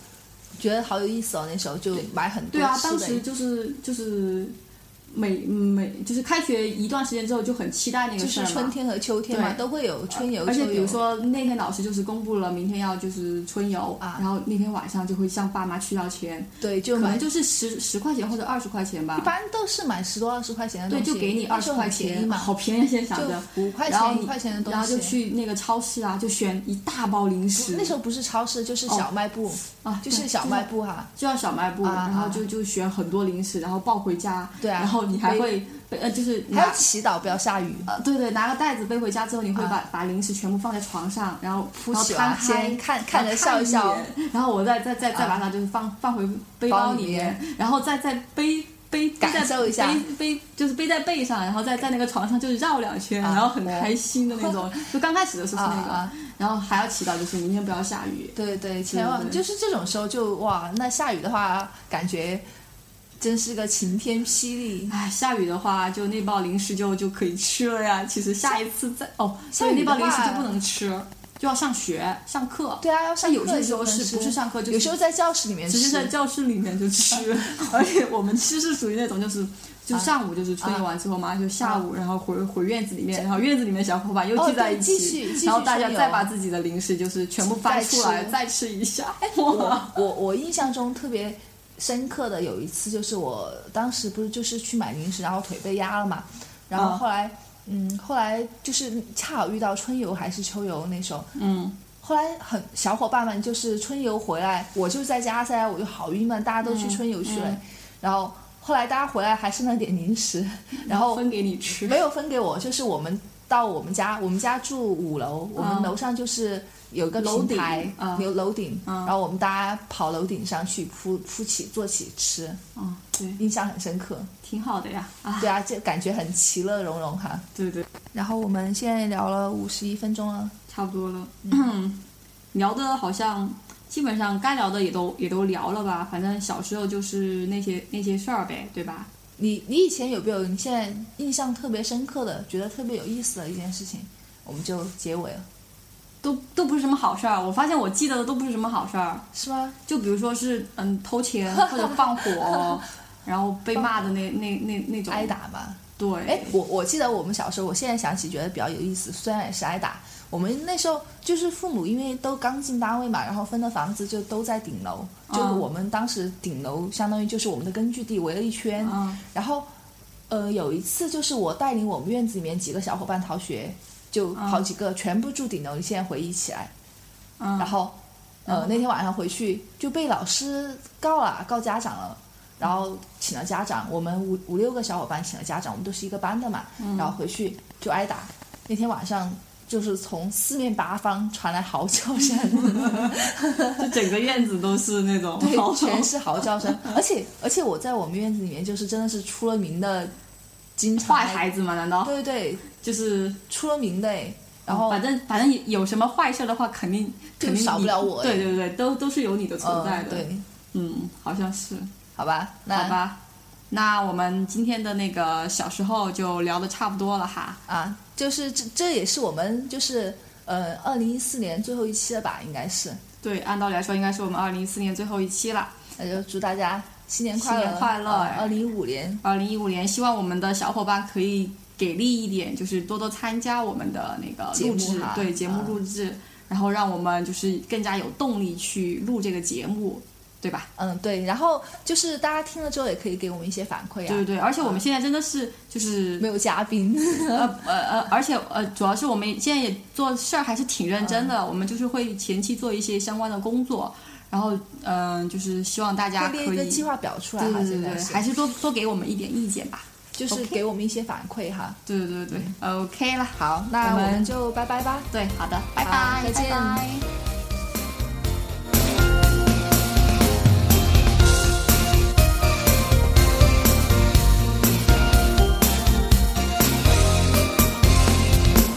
[SPEAKER 3] 觉得好有意思哦，那时候就买很多
[SPEAKER 2] 对啊，
[SPEAKER 3] 吃
[SPEAKER 2] 当
[SPEAKER 3] 的
[SPEAKER 2] 时就是就是每每就是开学一段时间之后就很期待那个
[SPEAKER 3] 就
[SPEAKER 2] 事儿
[SPEAKER 3] 是
[SPEAKER 2] 嘛。
[SPEAKER 3] 春天和秋天嘛，
[SPEAKER 2] 对呃
[SPEAKER 3] 都会有春游。
[SPEAKER 2] 而且比如
[SPEAKER 3] 秋游
[SPEAKER 2] 说那天老师就是公布了明天要就是春游，
[SPEAKER 3] 啊
[SPEAKER 2] 然后那天晚上就会向爸妈去要钱，
[SPEAKER 3] 对，就
[SPEAKER 2] 可
[SPEAKER 3] 买
[SPEAKER 2] 能就是十十块钱或者二十块钱吧，
[SPEAKER 3] 一般都是买十多二十块钱的
[SPEAKER 2] 对，
[SPEAKER 3] 东西，
[SPEAKER 2] 就给你
[SPEAKER 3] 那
[SPEAKER 2] 二
[SPEAKER 3] 时
[SPEAKER 2] 十
[SPEAKER 3] 候
[SPEAKER 2] 块
[SPEAKER 3] 很便宜
[SPEAKER 2] 钱，
[SPEAKER 3] 嘛，
[SPEAKER 2] 好便宜，现在想
[SPEAKER 3] 就
[SPEAKER 2] 着。
[SPEAKER 3] 五块
[SPEAKER 2] 然后
[SPEAKER 3] 钱
[SPEAKER 2] 你
[SPEAKER 3] 一块钱的东西，
[SPEAKER 2] 然后就去那个超市啊，就选一大包零
[SPEAKER 3] 不
[SPEAKER 2] 食。
[SPEAKER 3] 那时候不是超市，就是
[SPEAKER 2] 哦
[SPEAKER 3] 小卖部，
[SPEAKER 2] 啊，
[SPEAKER 3] 就
[SPEAKER 2] 对
[SPEAKER 3] 是小卖部哈、
[SPEAKER 2] 就要小卖部，
[SPEAKER 3] 啊
[SPEAKER 2] 然后就就选很多零食，然后抱回家，
[SPEAKER 3] 对啊
[SPEAKER 2] 然后后，你还会背呃，就是
[SPEAKER 3] 还
[SPEAKER 2] 拿
[SPEAKER 3] 要祈祷不要下雨。
[SPEAKER 2] 呃，对对，拿个袋子背回家之后，你会
[SPEAKER 3] 啊
[SPEAKER 2] 把、把零食全部放在床上，然后
[SPEAKER 3] 铺
[SPEAKER 2] 然后
[SPEAKER 3] 起
[SPEAKER 2] 摊
[SPEAKER 3] 来先
[SPEAKER 2] 开
[SPEAKER 3] 看
[SPEAKER 2] 然
[SPEAKER 3] 看
[SPEAKER 2] 后
[SPEAKER 3] 着笑
[SPEAKER 2] 一
[SPEAKER 3] 笑啊
[SPEAKER 2] 眼然后我再再再再把它就是放、放回背
[SPEAKER 3] 包
[SPEAKER 2] 包
[SPEAKER 3] 里
[SPEAKER 2] 里面，然后再再背背背
[SPEAKER 3] 感
[SPEAKER 2] 在
[SPEAKER 3] 受一下
[SPEAKER 2] 背背就是背在背上，然后再在那个床上就是绕两圈，
[SPEAKER 3] 啊
[SPEAKER 2] 然后很
[SPEAKER 3] 我
[SPEAKER 2] 开心的那种，就刚开始的时候是那个，
[SPEAKER 3] 啊啊
[SPEAKER 2] 然后还要祈祷就是明天不要下雨，
[SPEAKER 3] 对对，千万
[SPEAKER 2] 对
[SPEAKER 3] 就是这种时候就哇，那下雨的话，感觉真是个晴天霹雳。
[SPEAKER 2] 哎，下雨的话，就那包零食就就可以吃了呀。 其实下一次再哦，
[SPEAKER 3] 下
[SPEAKER 2] 所以
[SPEAKER 3] 雨
[SPEAKER 2] 那包
[SPEAKER 3] 的
[SPEAKER 2] 零食
[SPEAKER 3] 话
[SPEAKER 2] 就不能吃，就要上学上课。
[SPEAKER 3] 对啊，要上
[SPEAKER 2] 但有
[SPEAKER 3] 课
[SPEAKER 2] 些
[SPEAKER 3] 的
[SPEAKER 2] 时候
[SPEAKER 3] 不能
[SPEAKER 2] 是
[SPEAKER 3] 吃
[SPEAKER 2] 不是上课就是
[SPEAKER 3] 有时候在教室里面
[SPEAKER 2] 直接在
[SPEAKER 3] 吃。
[SPEAKER 2] 教室里面就吃， 而且我们吃是属于那种就是。就上午就是春运完之后嘛，就下午，然后回回院子里面，然后院子里面小伙伴又
[SPEAKER 3] 哦
[SPEAKER 2] 聚在
[SPEAKER 3] 对
[SPEAKER 2] 一
[SPEAKER 3] 继续继
[SPEAKER 2] 起，
[SPEAKER 3] 续
[SPEAKER 2] 然后大家
[SPEAKER 3] 春游
[SPEAKER 2] 再把自己的零食就是全部翻出来哦再吃哎一下。哇
[SPEAKER 3] 我，我我印象中特别深刻的有一次，就是我当时不是就是去买零食，然后腿被压了嘛，然后
[SPEAKER 2] 啊
[SPEAKER 3] 后来、嗯，后来就是恰好遇到春游还是秋游那时候，
[SPEAKER 2] 嗯，
[SPEAKER 3] 后来很小伙伴们就是春游回来，我就在家噻，我就好郁闷，大家都去春游去了，然后后来大家回来还剩了点零食，然后
[SPEAKER 2] 分给你吃
[SPEAKER 3] 没有分给我，就是我们到我们家，我们家住五楼，我们
[SPEAKER 2] 嗯
[SPEAKER 3] 楼上就是有一个
[SPEAKER 2] 楼
[SPEAKER 3] 平
[SPEAKER 2] 顶
[SPEAKER 3] 台，
[SPEAKER 2] 嗯
[SPEAKER 3] 有楼顶，
[SPEAKER 2] 嗯
[SPEAKER 3] 然后我们大家跑楼顶上去铺铺起坐起吃，
[SPEAKER 2] 嗯，对，
[SPEAKER 3] 印象很深刻。
[SPEAKER 2] 挺好的呀。啊，
[SPEAKER 3] 对啊，这感觉很其乐融融哈。
[SPEAKER 2] 对对，
[SPEAKER 3] 然后我们现在聊了五十一分钟了，
[SPEAKER 2] 差不多了，
[SPEAKER 3] 嗯
[SPEAKER 2] 聊的好像基本上该聊的也都也都聊了吧，反正小时候就是那些那些事儿呗，对吧？
[SPEAKER 3] 你你以前有没有你现在印象特别深刻的，觉得特别有意思的一件事情？我们就结尾了，
[SPEAKER 2] 都都不是什么好事儿，我发现我记得的都不是什么好事儿，
[SPEAKER 3] 是吗？
[SPEAKER 2] 就比如说是嗯偷钱 或者放火， 然后被骂的那那那那种
[SPEAKER 3] 挨，打吧。
[SPEAKER 2] 对，
[SPEAKER 3] 哎，我我记得我们小时候，我现在想起觉得比较有意思，虽然也是挨打。我们那时候就是父母因为都刚进单位嘛，然后分的房子就都在顶楼，就
[SPEAKER 2] 嗯
[SPEAKER 3] 我们当时顶楼相当于就是我们的根据地围了一圈。
[SPEAKER 2] 嗯
[SPEAKER 3] 然后，呃，有一次就是我带领我们院子里面几个小伙伴逃学，就好几个全部住顶楼，你现在回忆起来，
[SPEAKER 2] 嗯，
[SPEAKER 3] 然后，呃，那天晚上回去就被老师告了，告家长了。然后请了家长，我们五五六个小伙伴请了家长，我们都是一个班的嘛。
[SPEAKER 2] 嗯
[SPEAKER 3] 然后回去就挨打。那天晚上就是从四面八方传来嚎叫声，
[SPEAKER 2] 就整个院子都是那种好
[SPEAKER 3] 对，全是嚎叫声。而且而且我在我们院子里面就是真的是出了名的，经常
[SPEAKER 2] 坏孩子嘛？难道
[SPEAKER 3] 对对，
[SPEAKER 2] 就是
[SPEAKER 3] 出了名的哎。然后
[SPEAKER 2] 反正反正有什么坏事儿的话，肯定
[SPEAKER 3] 就
[SPEAKER 2] 肯定
[SPEAKER 3] 少不
[SPEAKER 2] 你
[SPEAKER 3] 了我哎
[SPEAKER 2] 对对对，都都是有你的存在
[SPEAKER 3] 嗯
[SPEAKER 2] 的。
[SPEAKER 3] 对，
[SPEAKER 2] 嗯，好像是，
[SPEAKER 3] 好吧，那
[SPEAKER 2] 好吧。那我们今天的那个小时候就聊的差不多了哈。
[SPEAKER 3] 啊，就是这这也是我们就是呃二零一四年最后一期了吧，应该是。
[SPEAKER 2] 对，按道理来说应该是我们二零一四年最后一期了。
[SPEAKER 3] 那就祝大家新年快乐，啊
[SPEAKER 2] 新年快乐
[SPEAKER 3] 二零一五年，
[SPEAKER 2] 二零一五年，希望我们的小伙伴可以给力一点，就是多多参加我们的那个
[SPEAKER 3] 节目
[SPEAKER 2] 录制
[SPEAKER 3] 哈，
[SPEAKER 2] 对节目
[SPEAKER 3] 嗯
[SPEAKER 2] 录制，然后让我们就是更加有动力去录这个节目，对吧？
[SPEAKER 3] 嗯，对。然后就是大家听了之后也可以给我们一些反馈啊。
[SPEAKER 2] 对对对，而且我们现在真的是就是
[SPEAKER 3] 没有嘉宾，
[SPEAKER 2] 呃呃呃，而且呃，主要是我们现在也做事儿还是挺认真
[SPEAKER 3] 嗯
[SPEAKER 2] 的，我们就是会前期做一些相关的工作，然后嗯、呃就是希望大家可
[SPEAKER 3] 列
[SPEAKER 2] 以
[SPEAKER 3] 一个
[SPEAKER 2] 对
[SPEAKER 3] 计划表出来
[SPEAKER 2] 对
[SPEAKER 3] 哈，
[SPEAKER 2] 对
[SPEAKER 3] 现在
[SPEAKER 2] 对，
[SPEAKER 3] 是
[SPEAKER 2] 还是多多给我们一点意见吧。
[SPEAKER 3] 就是给我们一些反馈哈。
[SPEAKER 2] 对对对对，OK 啦，
[SPEAKER 3] 好，那
[SPEAKER 2] 我
[SPEAKER 3] 我
[SPEAKER 2] 们
[SPEAKER 3] 们就拜拜吧。
[SPEAKER 2] 对，好的，拜
[SPEAKER 3] 好
[SPEAKER 2] 拜，
[SPEAKER 3] 再见
[SPEAKER 2] 拜拜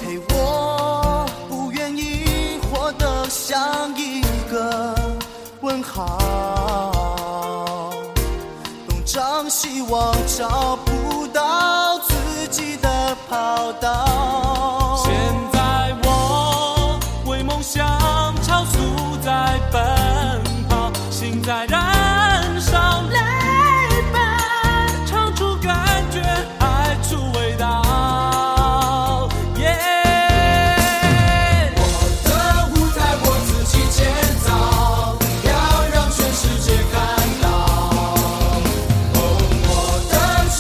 [SPEAKER 1] 嘿，我不愿意活得像一个问号，东张西望找不到自己的跑道。
[SPEAKER 5] 现在我为梦想超速在奔跑，心在燃烧，来吧，唱出感觉，爱出味道。耶！我的舞台我自己建造，要让全世界看到。哦，我的曲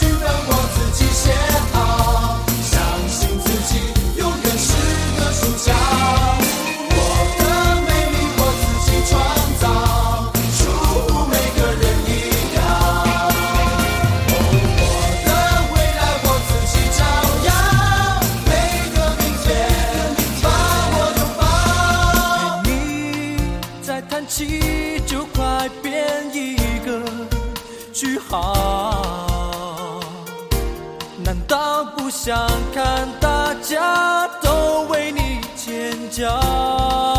[SPEAKER 1] 气就快变一个句号。难道不想看大家都为你尖叫？